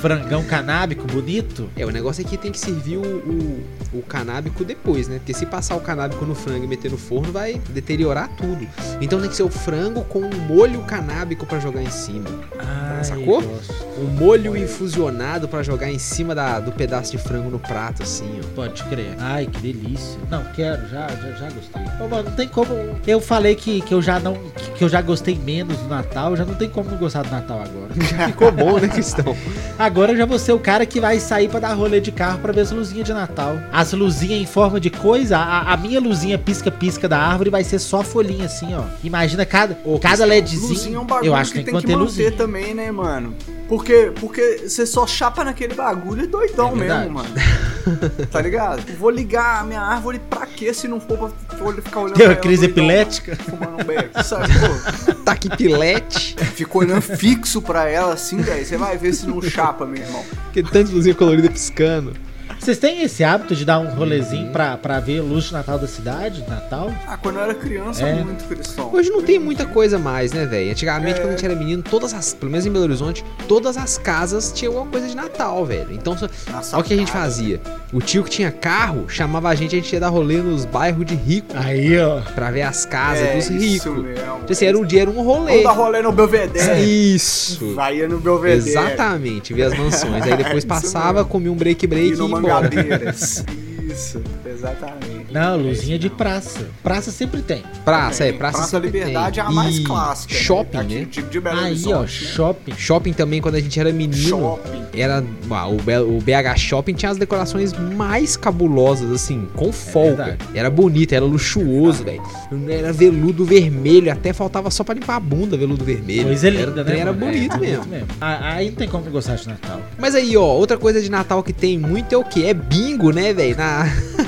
Frangão canábico, bonito?
É, o negócio aqui tem que servir o, o, o canábico depois, né? Porque se passar o canábico no frango e meter no forno, vai deteriorar tudo. Então tem que ser o frango com um molho canábico pra jogar em cima.
Ai,
Sacou?
gosto.
Um molho infusionado pra jogar em cima da, do pedaço de frango no prato, assim, ó.
Pode crer. Ai, que delícia. Não, quero, já, já, já gostei. Ô, mano, não tem como. Eu falei que, que eu já não. Que, que eu já gostei menos do Natal, já não tem como não gostar do Natal agora.
Já ficou bom, né, Cristão?
Agora eu já vou ser o cara que vai sair pra dar rolê de carro pra ver as luzinhas de Natal. As luzinhas em forma de coisa, a, a minha luzinha pisca-pisca da árvore vai ser só folhinha assim, ó. Imagina cada,
Ô,
cada LEDzinho.
Luzinha é um bagulho
eu acho que tem que manter luzinha.
também, né, mano? Porque, porque você só chapa naquele bagulho e doidão
É verdade.
mesmo, mano. tá ligado? Eu Vou ligar a minha árvore pra quê se não for pra for ficar olhando
Deu
pra
uma
ela
crise
doidão,
epilética?
Fumando um beck, sabe? Pô,
Tá aqui pilete.
fico olhando fixo pra ela assim, velho. Você vai ver se não chapa, meu irmão.
Que tanta luzinha colorida piscando.
Vocês têm esse hábito de dar um rolezinho pra, pra ver luz de Natal da cidade, de Natal?
Ah, quando eu era criança,
É.
muito cristão.
Hoje não tem muita coisa mais, né, velho? Antigamente,
É.
quando a gente era menino, todas as, pelo menos em Belo Horizonte, todas as casas tinham alguma coisa de Natal, velho. Então, só- olha o que a gente fazia. O tio que tinha carro chamava a gente, a gente ia dar rolê nos bairros de rico,
Aí, ó.
pra ver as casas
é,
dos
Isso
ricos.
mesmo.
Tipo assim, era um dia, era um
Vamos
rolê.
dar rolê no Belvedere.
Isso.
Vai ia no Belvedere.
Exatamente, ver as mansões. Aí depois
É, Isso
passava,
mesmo.
comia um break break
E
e ia
no
embora.
Mangadeiras. Isso, exatamente.
Não, luzinha de praça. Praça sempre tem.
Praça, é, praça.
Praça
sempre
Liberdade
tem.
é a mais
E
clássica.
Shopping,
né? Aqui
né?
De, de Belo
Aí, ó,
Horizonte,
shopping.
Shopping também, quando a gente era
né?
menino.
Shopping.
era ah, o, B- o BH Shopping tinha as decorações mais cabulosas assim,
É
com folga.
verdade.
era bonito, era luxuoso, velho. Era veludo vermelho, até faltava só pra limpar a bunda veludo vermelho.
Coisa
era,
linda, né?
Era
mano?
bonito
É,
mesmo.
Ah, Aí não tem como gostar de Natal.
Mas aí, ó, outra coisa de Natal que tem muito é o quê? É bingo, né, velho? Na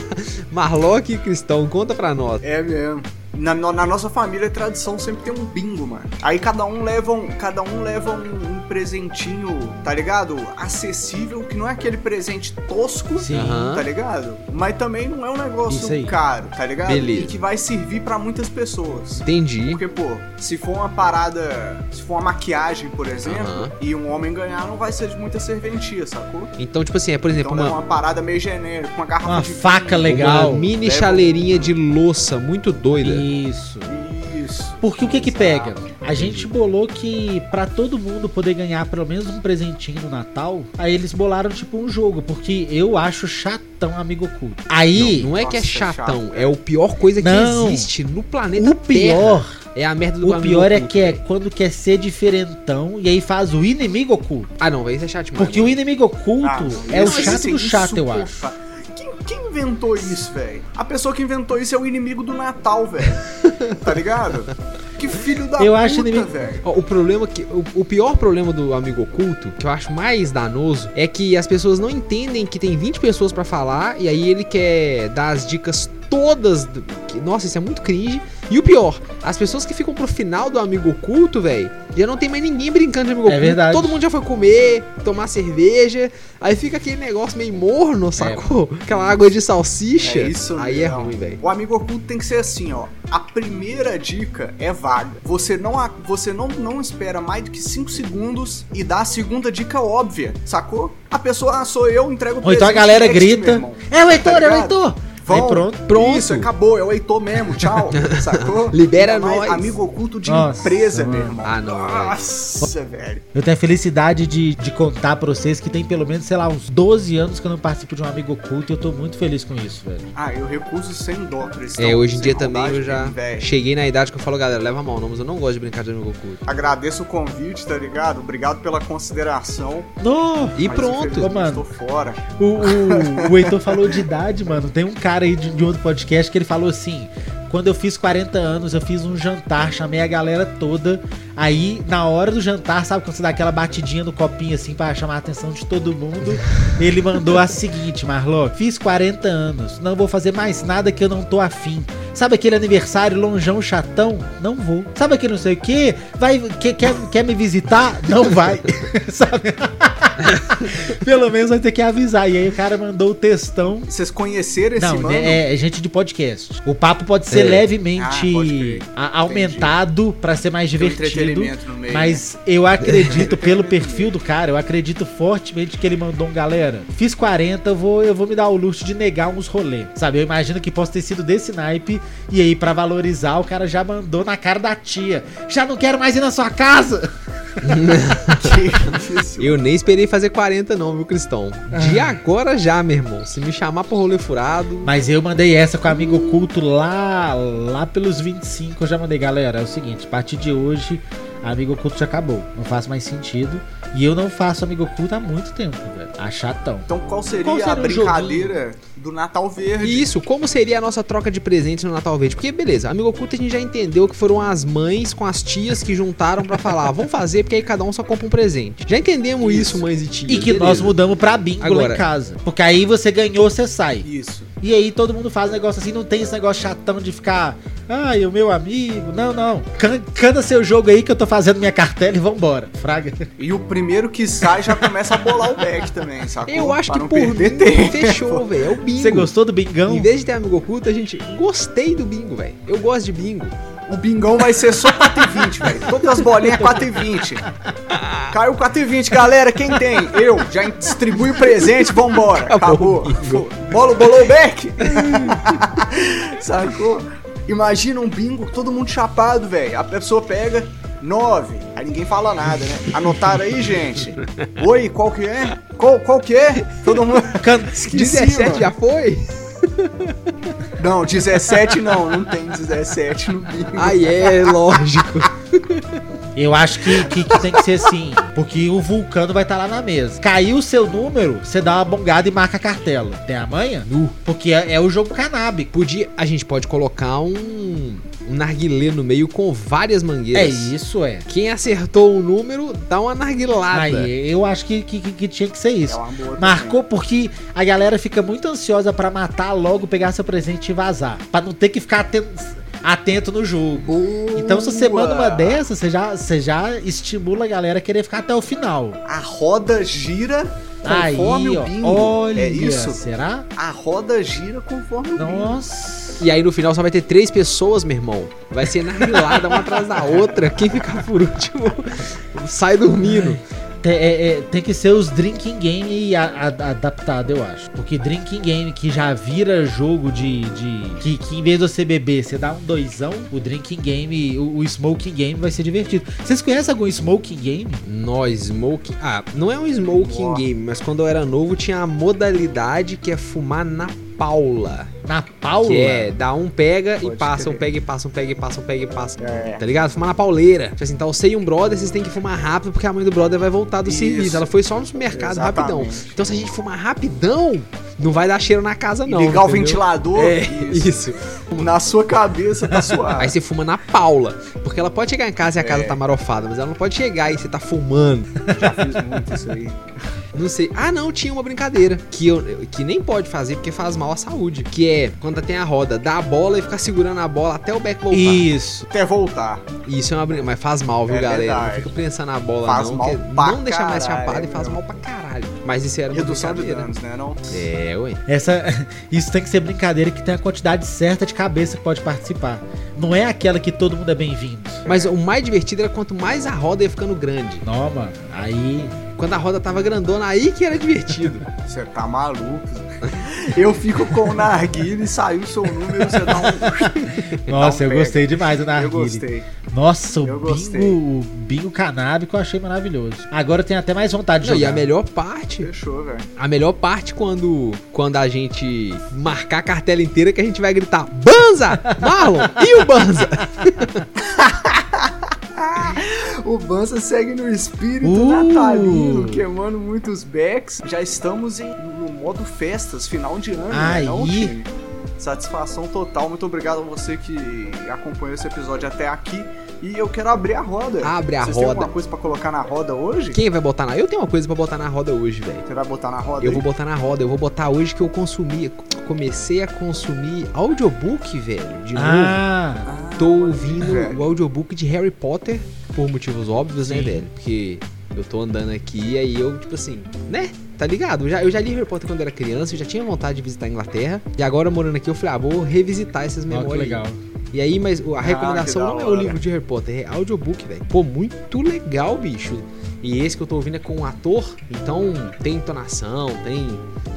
Marloc e Cristão, conta pra nós.
É mesmo. Na, no- na nossa família, a tradição sempre tem um bingo, mano. Aí cada um leva um, cada um, leva um, um presentinho, tá ligado? Acessível, que não é aquele presente tosco,
Sim.
Aham.
tá ligado? Mas também não é um
Isso aí.
negócio caro, tá ligado?
Beleza.
E que vai servir pra muitas pessoas.
Entendi.
Porque, pô, se for uma parada, se for uma maquiagem, por exemplo,
Aham.
e um homem ganhar, não vai ser de muita serventia, sacou?
Então, tipo assim, é, por exemplo,
Então é
uma,
uma parada meio genérica, uma garrafa
Uma
de
faca
vinho.
legal.
uma mini
Leva-
chaleirinha de louça muito doida.
Isso.
Isso.
Porque o que que pega? A gente
Entendi.
bolou que pra todo mundo poder ganhar pelo menos um presentinho no Natal, aí eles bolaram tipo um jogo, porque eu acho chatão amigo oculto. Aí,
Não, não é que é
Nossa, chato,
chatão,
velho.
é o pior coisa que
Não.
existe no planeta
o pior,
Terra. É a merda do
o
amigo
pior é
oculto.
que é quando quer ser diferentão e aí faz o inimigo oculto.
Ah, não, velho, isso é chato demais.
Porque o inimigo oculto
Ah,
é o
isso-
chato
isso
do chato, eu acho.
insuportável. Quem, quem inventou isso, velho? A pessoa que inventou isso é o inimigo do Natal, velho. tá ligado? Que filho da
Eu
puta, É
acho inimigo-
velho.
Ó, O problema que o, o pior problema do amigo oculto, que eu acho mais danoso, é que as pessoas não entendem que tem 20 pessoas pra falar e aí ele quer dar as dicas todas. do- que- nossa, isso é muito cringe. E o pior, as pessoas que ficam pro final do amigo oculto, velho, já não tem mais ninguém brincando de amigo
É
oculto.
verdade.
Todo mundo já foi comer, tomar cerveja, aí fica aquele negócio meio
É.
morno, sacou? Aquela água de salsicha.
É isso
aí
mesmo.
é ruim, velho.
O amigo oculto tem que ser assim, ó. A primeira dica é vaga. Você não, a- você não, não espera mais do que 5 segundos e dá a segunda dica óbvia, sacou? A pessoa, ah, sou eu, entrego o
Ou então a galera
next, meu
grita.
irmão. Tá
É o Heitor, é o
ligado?
Heitor!
Vão,
Aí pronto.
Pronto.
Isso, acabou, é o Heitor mesmo, tchau, sacou?
Libera
Ainda mais
nós.
Amigo oculto de
Nossa,
empresa,
mano.
meu irmão.
Ah, não, velho.
Nossa, velho.
Eu tenho a felicidade de, de contar pra vocês que tem pelo menos, sei lá, uns 12 anos que eu não participo de um amigo oculto e eu tô muito feliz com isso, velho.
Ah, eu recuso sem dó, Cristão.
É, hoje em
sem
dia também
maldade,
eu já
velho.
cheguei na idade que eu falo, galera, leva mal, não, mas eu não gosto de brincar de amigo oculto.
Agradeço o convite, tá ligado? Obrigado pela consideração.
No!
E
mas
pronto.
infelizmente
mano.
Estou fora.
O, o, o Heitor falou de idade, mano. Tem um cara aí de, de outro podcast que ele falou assim: Quando eu fiz 40 anos, eu fiz um jantar, chamei a galera toda. Aí, na hora do jantar, sabe quando você dá aquela batidinha no copinho assim pra chamar a atenção de todo mundo? Ele mandou a seguinte, Marlon: Fiz 40 anos, não vou fazer mais nada que eu não tô afim. Sabe aquele aniversário lonjão chatão? Não vou. Sabe aquele não sei o quê? Vai, que, quer, quer me visitar? Não vai. sabe? Pelo menos vai ter que avisar. E aí o cara mandou o textão
Vocês conheceram esse
não,
né,
mano?
é, é gente de podcast. O papo pode ser
É.
levemente
Ah, pode crer.
a- aumentado pra ser mais
Tem um
divertido.
entretenimento no meio.
Mas eu acredito, pelo perfil do cara, eu acredito fortemente que ele mandou um galera. Fiz 40, eu vou, eu vou me dar o luxo de negar uns rolê. Sabe? Eu imagino que possa ter sido desse naipe. E aí, pra valorizar, o cara já mandou na cara da tia. Já não quero mais ir na sua casa!
Que isso?
Eu nem esperei fazer 40 não, viu, Cristão? De
Ah.
agora já, meu irmão. Se me chamar pro rolê furado...
Mas eu mandei essa com amigo oculto lá, lá pelos 25. Eu já mandei, galera. É o seguinte, a partir de hoje, amigo oculto já acabou. Não faz mais sentido. E eu não faço amigo oculto há muito tempo, velho. Ah, chatão.
Então qual seria,
Qual seria
a
o
brincadeira do Natal
É
Verde?
E isso, como seria a nossa troca de presentes no Natal Verde? Porque, beleza, amigo oculto a gente já entendeu que foram as mães com as tias que juntaram pra falar, vamos fazer, porque aí cada um só compra um presente. Já entendemos isso, mães e tias.
E que
beleza.
nós mudamos pra bingo lá
Agora-
em casa. Porque aí você ganhou, você sai.
Isso.
E aí todo mundo faz um negócio assim, não tem esse negócio chatão de ficar. Ai, é o meu amigo. Não, não. Can, canta seu jogo aí que eu tô fazendo minha cartela e vambora. Fraga.
E o primeiro que sai já começa a bolar o back também, sacou?
Eu acho
pra
que
não
por
perder
mim,
tempo.
fechou, velho. É o bingo.
Você gostou do bingão?
Em vez de ter amigo oculto, a gente gostei do bingo, velho. Eu gosto de bingo.
O bingão vai ser só 4,20, velho. Todas as bolinhas é 4,20. Caiu 4,20, galera. Quem tem? Eu. Já distribui o presente, vambora.
Acabou o
Acabou. Bolo, bolou o back. Sacou? Imagina um bingo, todo mundo chapado, velho. A pessoa pega 9. Aí ninguém fala nada, né? Anotaram aí, gente? Oi, qual que é? Qual, qual que é? Todo mundo.
Can-
Esqueci,
17
mano.
já foi?
Não, 17 não. Não tem 17 no bingo.
Aí é, lógico.
Eu acho que, que- que tem que ser assim, porque o vulcano vai estar lá na mesa. Caiu o seu número, você dá uma bongada e marca a cartela. Tem a manha?
Nu.
Porque é, é o jogo canábico.
Podia, a gente pode colocar um, um narguilé no meio com várias mangueiras.
É isso, é.
Quem acertou o número, dá uma narguilada.
Aí eu acho que, que- que- que tinha que ser
É
isso.
uma boa também.
Marcou porque a galera fica muito ansiosa pra matar logo, pegar seu presente e vazar. Pra não ter que ficar aten- atento no jogo.
Boa.
Então, se você manda uma dessas, você já, você já estimula a galera a querer ficar até o final.
A roda gira
Aí,
conforme o
ó,
bingo.
olha,
é isso.
será?
A roda gira conforme o bingo.
Nossa.
E aí no final só vai ter três pessoas, meu irmão. Vai ser narguilada uma atrás da outra. Quem ficar por último sai dormindo.
Te- é- é- tem que ser os drinking game a- a- adaptado, eu acho. Porque drinking game que já vira jogo de. de- que, que em vez de você beber, você dá um doisão, o drinking game, o, o smoking game vai ser divertido. Vocês conhecem algum smoking game?
Nós, smoking. Ah, não é um smoking
Ó.
game, mas quando eu era novo tinha a modalidade que é fumar na Paula.
Na Paula?
Que é, dá um pega
Pode
e passa, um
crer.
pega e passa, um pega e passa, um pega e passa.
É.
Tá ligado? Fumar na pauleira. Tipo assim, tá você e um brother, vocês têm que fumar rápido porque a mãe do brother vai voltar do
Isso.
serviço. Ela foi só no supermercado
Exatamente.
rapidão. Então se a gente fumar rapidão, não vai dar cheiro na casa,
E
não.
ligar o
entendeu?
ventilador
É,
isso.
isso.
na sua cabeça tá
Aí
suave.
você fuma na Paula. Porque ela pode chegar em casa e a casa
É.
tá marofada, mas ela não pode chegar e você tá fumando.
Já fiz muito isso aí.
Não sei. Ah, não, tinha uma brincadeira. Que, eu, que nem pode fazer porque faz mal à saúde. Que é quando tem a roda, dá a bola e ficar segurando a bola até o back voltar.
Isso.
Até voltar.
Isso é uma brincadeira, mas faz mal, viu,
É
galera?
verdade.
Não fica pensando na bola,
Faz
não.
mal
que
pra
não deixa mais
caralho,
chapada e faz
meu.
mal pra caralho. Mas isso era uma
Redução de
brincadeira.
danos, né? Não?
É, ué.
Essa, isso tem que ser brincadeira que tem a quantidade certa de cabeça que pode participar. Não é aquela que todo mundo é bem-vindo.
Mas o mais divertido era quanto mais a roda ia ficando grande.
Não, mano. Aí.
Quando a roda tava grandona, aí que era divertido.
Você tá maluco. Eu fico com o narguilha e saiu o seu número, você dá um.
Nossa, eu
pega.
gostei demais do
Eu
Narguile.
gostei.
Nossa, o
Eu gostei.
bingo, o bingo canábico eu achei maravilhoso. Agora eu tenho até mais vontade de
Não, e
jogar.
a melhor parte,
Fechou, velho.
a melhor parte quando, quando a gente marcar a cartela inteira que a gente vai gritar Banza! Marlon! E o Banza?
O Banza segue no espírito
Uh!
natalino, queimando muitos backs. Já estamos em, no modo festas, final de ano, né?
Aí.
Não, time? Satisfação total. Muito obrigado a você que acompanhou esse episódio até aqui. E eu quero abrir a roda.
Abre a
Vocês têm
roda.
alguma coisa pra colocar na roda hoje?
Quem vai botar na. Eu tenho uma coisa pra botar na roda hoje, velho.
Você vai botar na roda?
Eu
aí?
vou botar na roda. Eu vou botar hoje que eu consumi. Comecei a consumir audiobook, velho. De novo.
Ah,
Ah,
Tô ouvindo
velho.
o audiobook de Harry Potter por motivos óbvios, né,
Sim.
velho? Porque eu tô andando aqui e aí eu, tipo assim, né? Tá ligado? Eu já, eu já li Harry Potter quando era criança, eu já tinha vontade de visitar a Inglaterra. E agora, morando aqui, eu falei, ah, vou revisitar essas
ó, que
memórias. aí.
legal.
E aí, mas a recomendação
Ah, que da
não é o
hora.
livro de Harry Potter, é audiobook, velho. Pô, muito legal, bicho. E esse que eu tô ouvindo é com um ator, então tem entonação, tem.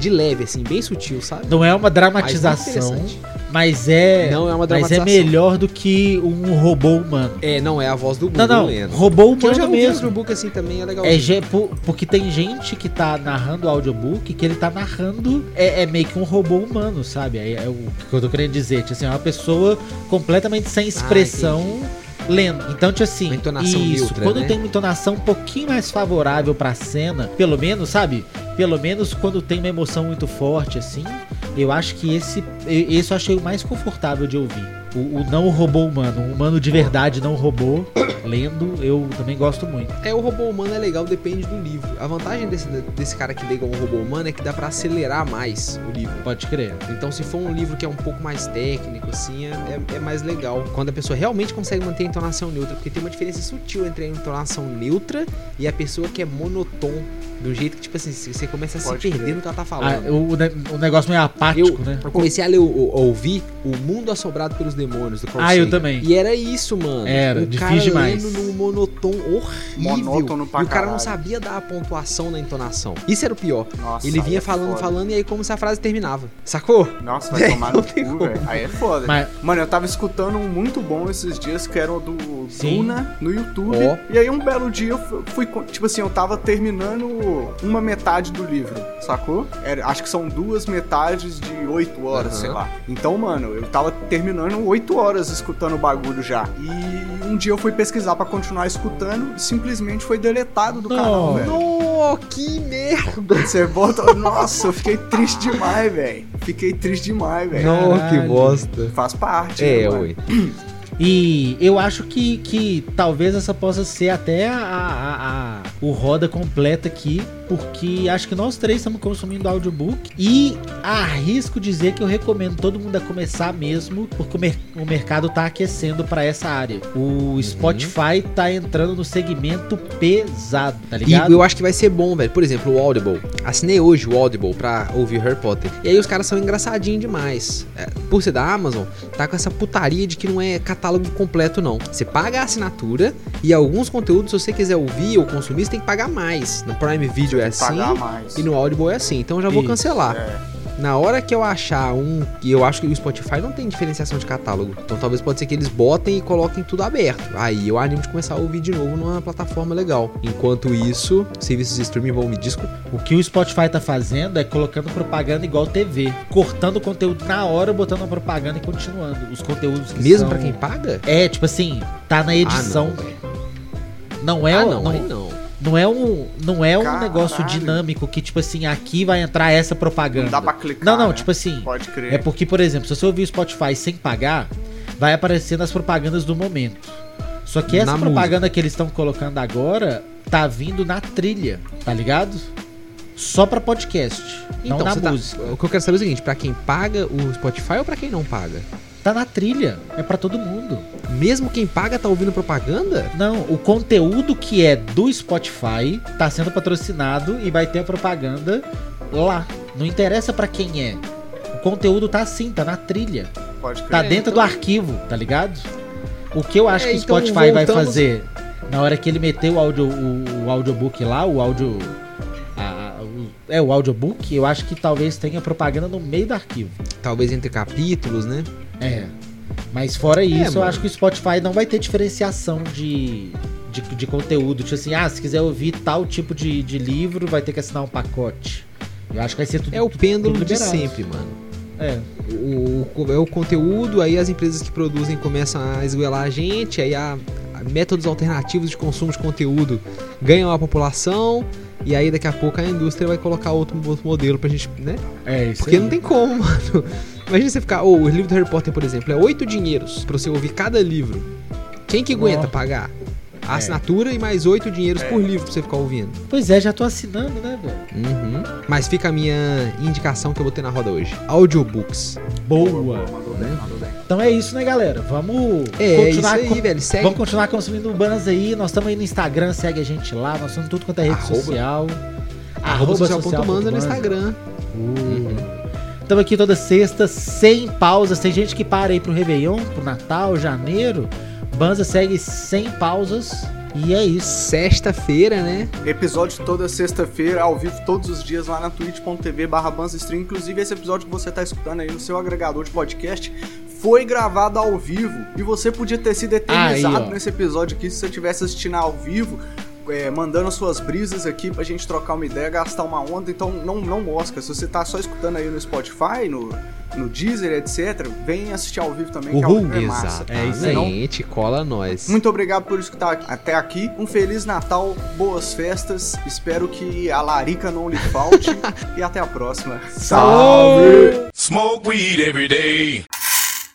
De leve, assim, bem sutil, sabe?
Não é uma
Mas muito
dramatização,
interessante.
mas é.
Não é uma
mas é
dramatização.
melhor do que um robô humano.
É, não, é a voz do
Não,
Bruno
não.
Leno.
Robô
Porque eu já
humano
ouvi
mesmo.
audiobook assim também, é legal.
É, ge- po- porque tem gente que tá narrando audiobook que ele tá narrando é, é meio que um robô humano, sabe? É, é o que eu tô querendo dizer. Tipo assim, é uma pessoa completamente sem expressão lendo. Então, tipo assim,
Ah, Uma entonação
isso,
neutra,
quando
né?
tem uma entonação um pouquinho mais favorável pra cena, pelo menos, sabe? Pelo menos quando tem uma emoção muito forte, assim, eu acho que esse, e- esse eu achei o mais confortável de ouvir. O, o não robô humano, um humano de verdade não robô, lendo, eu também gosto muito.
É, o robô humano é legal, depende do livro. A vantagem desse, desse cara que lê igual um robô humano é que dá pra acelerar mais o livro.
Pode crer.
Então, se for um livro que é um pouco mais técnico, assim, é, é- é mais legal. Quando a pessoa realmente consegue manter a entonação neutra, porque tem uma diferença sutil entre a entonação neutra e a pessoa que é monotom. Do jeito que, tipo assim, c- você começa a
Pode
se perder
crer.
no que ela tá
Ah,
falando.
o, ne- o negócio meio apático, né?
Eu comecei a ler, o- o- a ouvir O Mundo Assobrado pelos Demônios, do Carl
Ah, eu
Sagan.
também.
E era isso, mano.
Era,
o
difícil
cara
demais.
lendo num monotom horrível.
Monótono pra
e o cara não
caralho.
sabia dar a pontuação na entonação. Isso era o pior.
Nossa,
Ele
aí
vinha
é
falando,
foda.
falando, e aí como se a frase terminava. Sacou?
Nossa, vai tomar no
Não tem
cu,
como.
velho. Aí é foda.
Mas-
Mano, eu tava escutando um muito bom esses dias, que era o do
Sim.
Duna, no YouTube.
Ó.
E aí um belo dia eu fu- fui, co- tipo assim, eu tava terminando uma metade do livro, sacou? Era- acho que são duas metades de oito horas,
Aham.
sei lá. Então, mano, eu tava terminando oito horas escutando o bagulho já. E um dia eu fui pesquisar pra continuar escutando e simplesmente foi deletado do
Não.
canal, velho.
No, que merda!
Você volta. Nossa, eu fiquei triste demais, velho. Fiquei triste demais, velho.
Não, que
Caralho.
bosta.
Faz parte.
É,
né, mano?
ué.
E eu acho que, que talvez essa possa ser até a, a- a- o roda completa aqui, porque acho que nós três estamos consumindo audiobook e arrisco dizer que eu recomendo todo mundo a começar mesmo, porque o, mer- o mercado tá aquecendo para essa área.
Uhum.
O Spotify tá entrando no segmento pesado, tá
E
ligado?
eu acho que vai ser bom, velho. Por exemplo, o Audible. Assinei hoje o Audible pra ouvir Harry Potter. E aí os caras são engraçadinhos demais. É, por ser da Amazon, tá com essa putaria de que não é catálogo completo, não. Você paga a assinatura e alguns conteúdos, se você quiser ouvir ou consumir, você tem que pagar mais. No Prime Video é assim.
Pagar mais.
E no Audible é assim, então eu já vou
Isso,
cancelar.
É.
Na hora que eu achar um, e eu acho que o Spotify não tem diferenciação de catálogo, então talvez pode ser que eles botem e coloquem tudo aberto. Aí eu animo de começar a ouvir de novo numa plataforma legal. Enquanto isso, serviços de streaming vão me desculpar.
O que o Spotify tá fazendo é colocando propaganda igual TV, cortando o conteúdo na hora, botando a propaganda e continuando. Os conteúdos que
Mesmo
são-
pra quem paga?
É, tipo assim, tá na edição.
Ah, não, velho.
não, é,
Ah,
um-
não,
não,
aí não.
não é um, não é um
Caralho.
negócio dinâmico que tipo assim, aqui vai entrar essa propaganda.
Não dá pra clicar.
Não, não,
né?
tipo assim,
Pode crer.
é porque por exemplo, se você ouvir o Spotify sem pagar, vai aparecendo as propagandas do momento. Só que essa
Na
propaganda que eles estão colocando agora tá vindo na trilha, tá ligado? Só pra podcast, não na
você tá-
música.
O que eu quero saber é o seguinte, pra quem paga o Spotify ou pra quem não paga?
Tá na trilha, é pra todo mundo.
Mesmo quem paga tá ouvindo propaganda?
Não, o conteúdo que é do Spotify tá sendo patrocinado e vai ter a propaganda lá. Não interessa pra quem é. O conteúdo tá assim, tá na trilha.
Pode crer.
Tá
É,
dentro
então-
do arquivo, tá ligado? O que eu acho
É,
que o
então
Spotify vai
voltamos-
fazer na hora que ele meter o, audio, o, o audiobook lá, o áudio. a- a- o- É o audiobook, eu acho que talvez tenha propaganda no meio do arquivo.
Talvez entre capítulos, né?
É. Mas fora isso, eu
É, mano.
acho que o Spotify não vai ter diferenciação de, de, de conteúdo. Tipo assim, ah, se quiser ouvir tal tipo de, de livro, vai ter que assinar um pacote. Eu acho que vai ser tudo.
É o pêndulo de
liberado.
sempre, mano.
É.
o, o- é o conteúdo, aí as empresas que produzem começam a esguelar a gente, aí há há métodos alternativos de consumo de conteúdo ganham a população, e aí daqui a pouco a indústria vai colocar outro, outro modelo pra gente, né?
É isso.
Porque
aí.
não tem como, mano. Imagina você ficar, ou o livro do Harry Potter, por exemplo, é oito dinheiros pra você ouvir cada livro. Quem que aguenta
Nó.
pagar? A
É.
assinatura e mais oito dinheiros por livro pra você ficar ouvindo.
Pois é, já tô assinando, né, velho?
Uhum. Mas fica a minha indicação que eu botei na roda hoje. Audiobooks.
Boa.
Mandou bem, mandou bem.
Então é isso, né, galera? Vamos
É, isso
continuar
aí, velho. Segue
Vamos continuar consumindo Urbanas aí. Nós estamos aí no Instagram, segue a gente lá. Nós estamos em tudo quanto é rede
Arroba.
social.
arroba social.manza no
social.manza.
Instagram.
Estamos Uhum. aqui toda sexta, sem pausas. Tem gente que para aí pro Réveillon, pro Natal, janeiro. Banza segue sem pausas. E é isso.
Sexta-feira, né?
Episódio toda sexta-feira, ao vivo, todos os dias lá na twitch.tv barra Banzastream. Inclusive, esse episódio que você tá escutando aí no seu agregador de podcast foi gravado ao vivo. E você podia ter sido eternizado
Aí, ó.
nesse episódio aqui se você tivesse assistindo ao vivo. é, mandando as suas brisas aqui pra gente trocar uma ideia, gastar uma onda, então não, não mosca. Se você tá só escutando aí no Spotify, no, no Deezer, etc., vem assistir ao vivo também, que é
Uhul.
uma massa.
É isso
aí.
aí.
Gente, cola nós.
Muito obrigado por escutar até aqui. Um feliz Natal, boas festas. Espero que a larica não lhe falte. e até a próxima.
Salve!
Smoke weed every day.